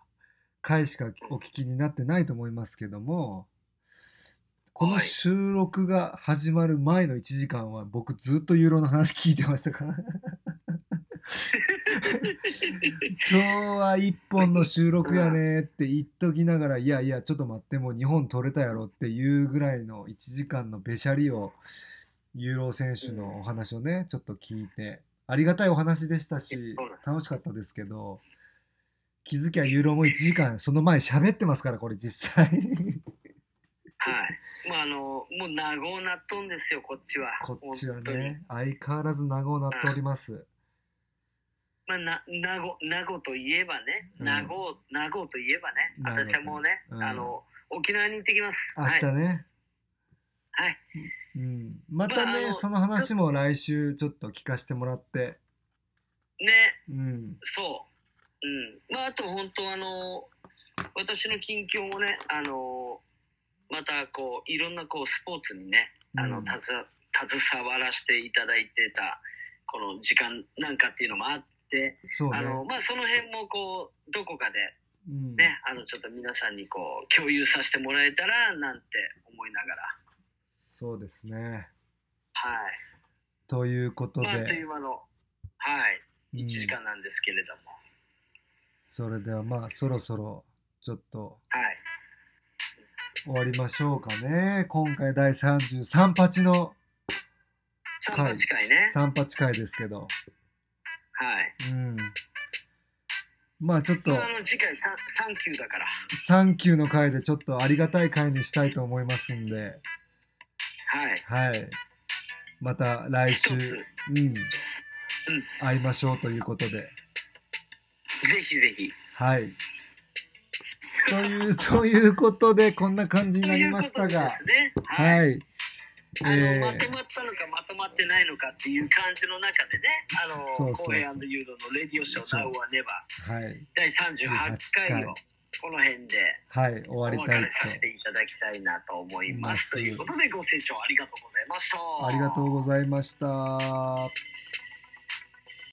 Speaker 1: 回しかお聞きになってないと思いますけどもこの
Speaker 2: はい
Speaker 1: 収録が始まる前の1時間は僕ずっとユーロの話聞いてましたから今日は1本の収録やねって言っときながらいやいやちょっと待ってもう2本取れたやろっていうぐらいの1時間のべしゃりをユーロ選手のお話をねちょっと聞いてありがたいお話でしたし
Speaker 2: そうなんです
Speaker 1: 楽しかったですけど気づきゃユーロも1時間その前喋ってますからこれ実 際
Speaker 2: はいまああのもう名護なっとんですよこっちは
Speaker 1: こっちは
Speaker 2: 本当に
Speaker 1: ね相変わらず名護なっております
Speaker 2: まあ、な名護名護といえばね、
Speaker 1: うん
Speaker 2: 名護名護といえばね
Speaker 1: 名護
Speaker 2: 私はもうね、
Speaker 1: うん
Speaker 2: あの沖縄に行ってきます
Speaker 1: 明日
Speaker 2: はい、
Speaker 1: ね
Speaker 2: はい
Speaker 1: うんまた
Speaker 2: まああ
Speaker 1: ね
Speaker 2: の
Speaker 1: その話も来週ちょっと聞かせてもらって
Speaker 2: ね
Speaker 1: うん
Speaker 2: そううんまああと本当あの私の近況もねあのまたこういろんなこうスポーツにねあ
Speaker 1: う
Speaker 2: の
Speaker 1: ん
Speaker 2: たず携わらせていただいてたこの時間なんかっていうのもあって、
Speaker 1: そうね
Speaker 2: あのまあその辺もこうどこかで
Speaker 1: うん
Speaker 2: ね、あのちょっと皆さんにこう共有させてもらえたらなんて思いながら、
Speaker 1: そうですね
Speaker 2: はい、
Speaker 1: ということで、
Speaker 2: まああっという間の、はい、
Speaker 1: うん
Speaker 2: 1時間なんですけれども、
Speaker 1: それではまあそろそろちょっと
Speaker 2: はい、
Speaker 1: 終わりましょうかね今回第33八の
Speaker 2: 3分近いね、
Speaker 1: 3八回ですけど
Speaker 2: はい、
Speaker 1: うんまあちょっと
Speaker 2: まああの次回さ3級だから、
Speaker 1: 3級の回でちょっとありがたい回にしたいと思いますんで
Speaker 2: はい、
Speaker 1: はいまた来週
Speaker 2: 一つ
Speaker 1: うん会いましょうということで
Speaker 2: ぜひぜひ。
Speaker 1: はいというということでこんな感じになりました
Speaker 2: というこ
Speaker 1: が
Speaker 2: とでですね、はい
Speaker 1: はい
Speaker 2: あの
Speaker 1: えー
Speaker 2: まとまったのかまとまってないのかっていう感じの中でね、あ
Speaker 1: そう
Speaker 2: の
Speaker 1: そうそう
Speaker 2: 公園ユーロのレディオショ
Speaker 1: そ
Speaker 2: ー
Speaker 1: う
Speaker 2: Now or Never
Speaker 1: はい
Speaker 2: 第38回をこの辺で
Speaker 1: はい
Speaker 2: お
Speaker 1: 終わり
Speaker 2: 別
Speaker 1: たい
Speaker 2: れさせていただきたいなと思い
Speaker 1: いま
Speaker 2: ます。
Speaker 1: す
Speaker 2: ということでご清聴ありがとうございました。
Speaker 1: とありがとうございました。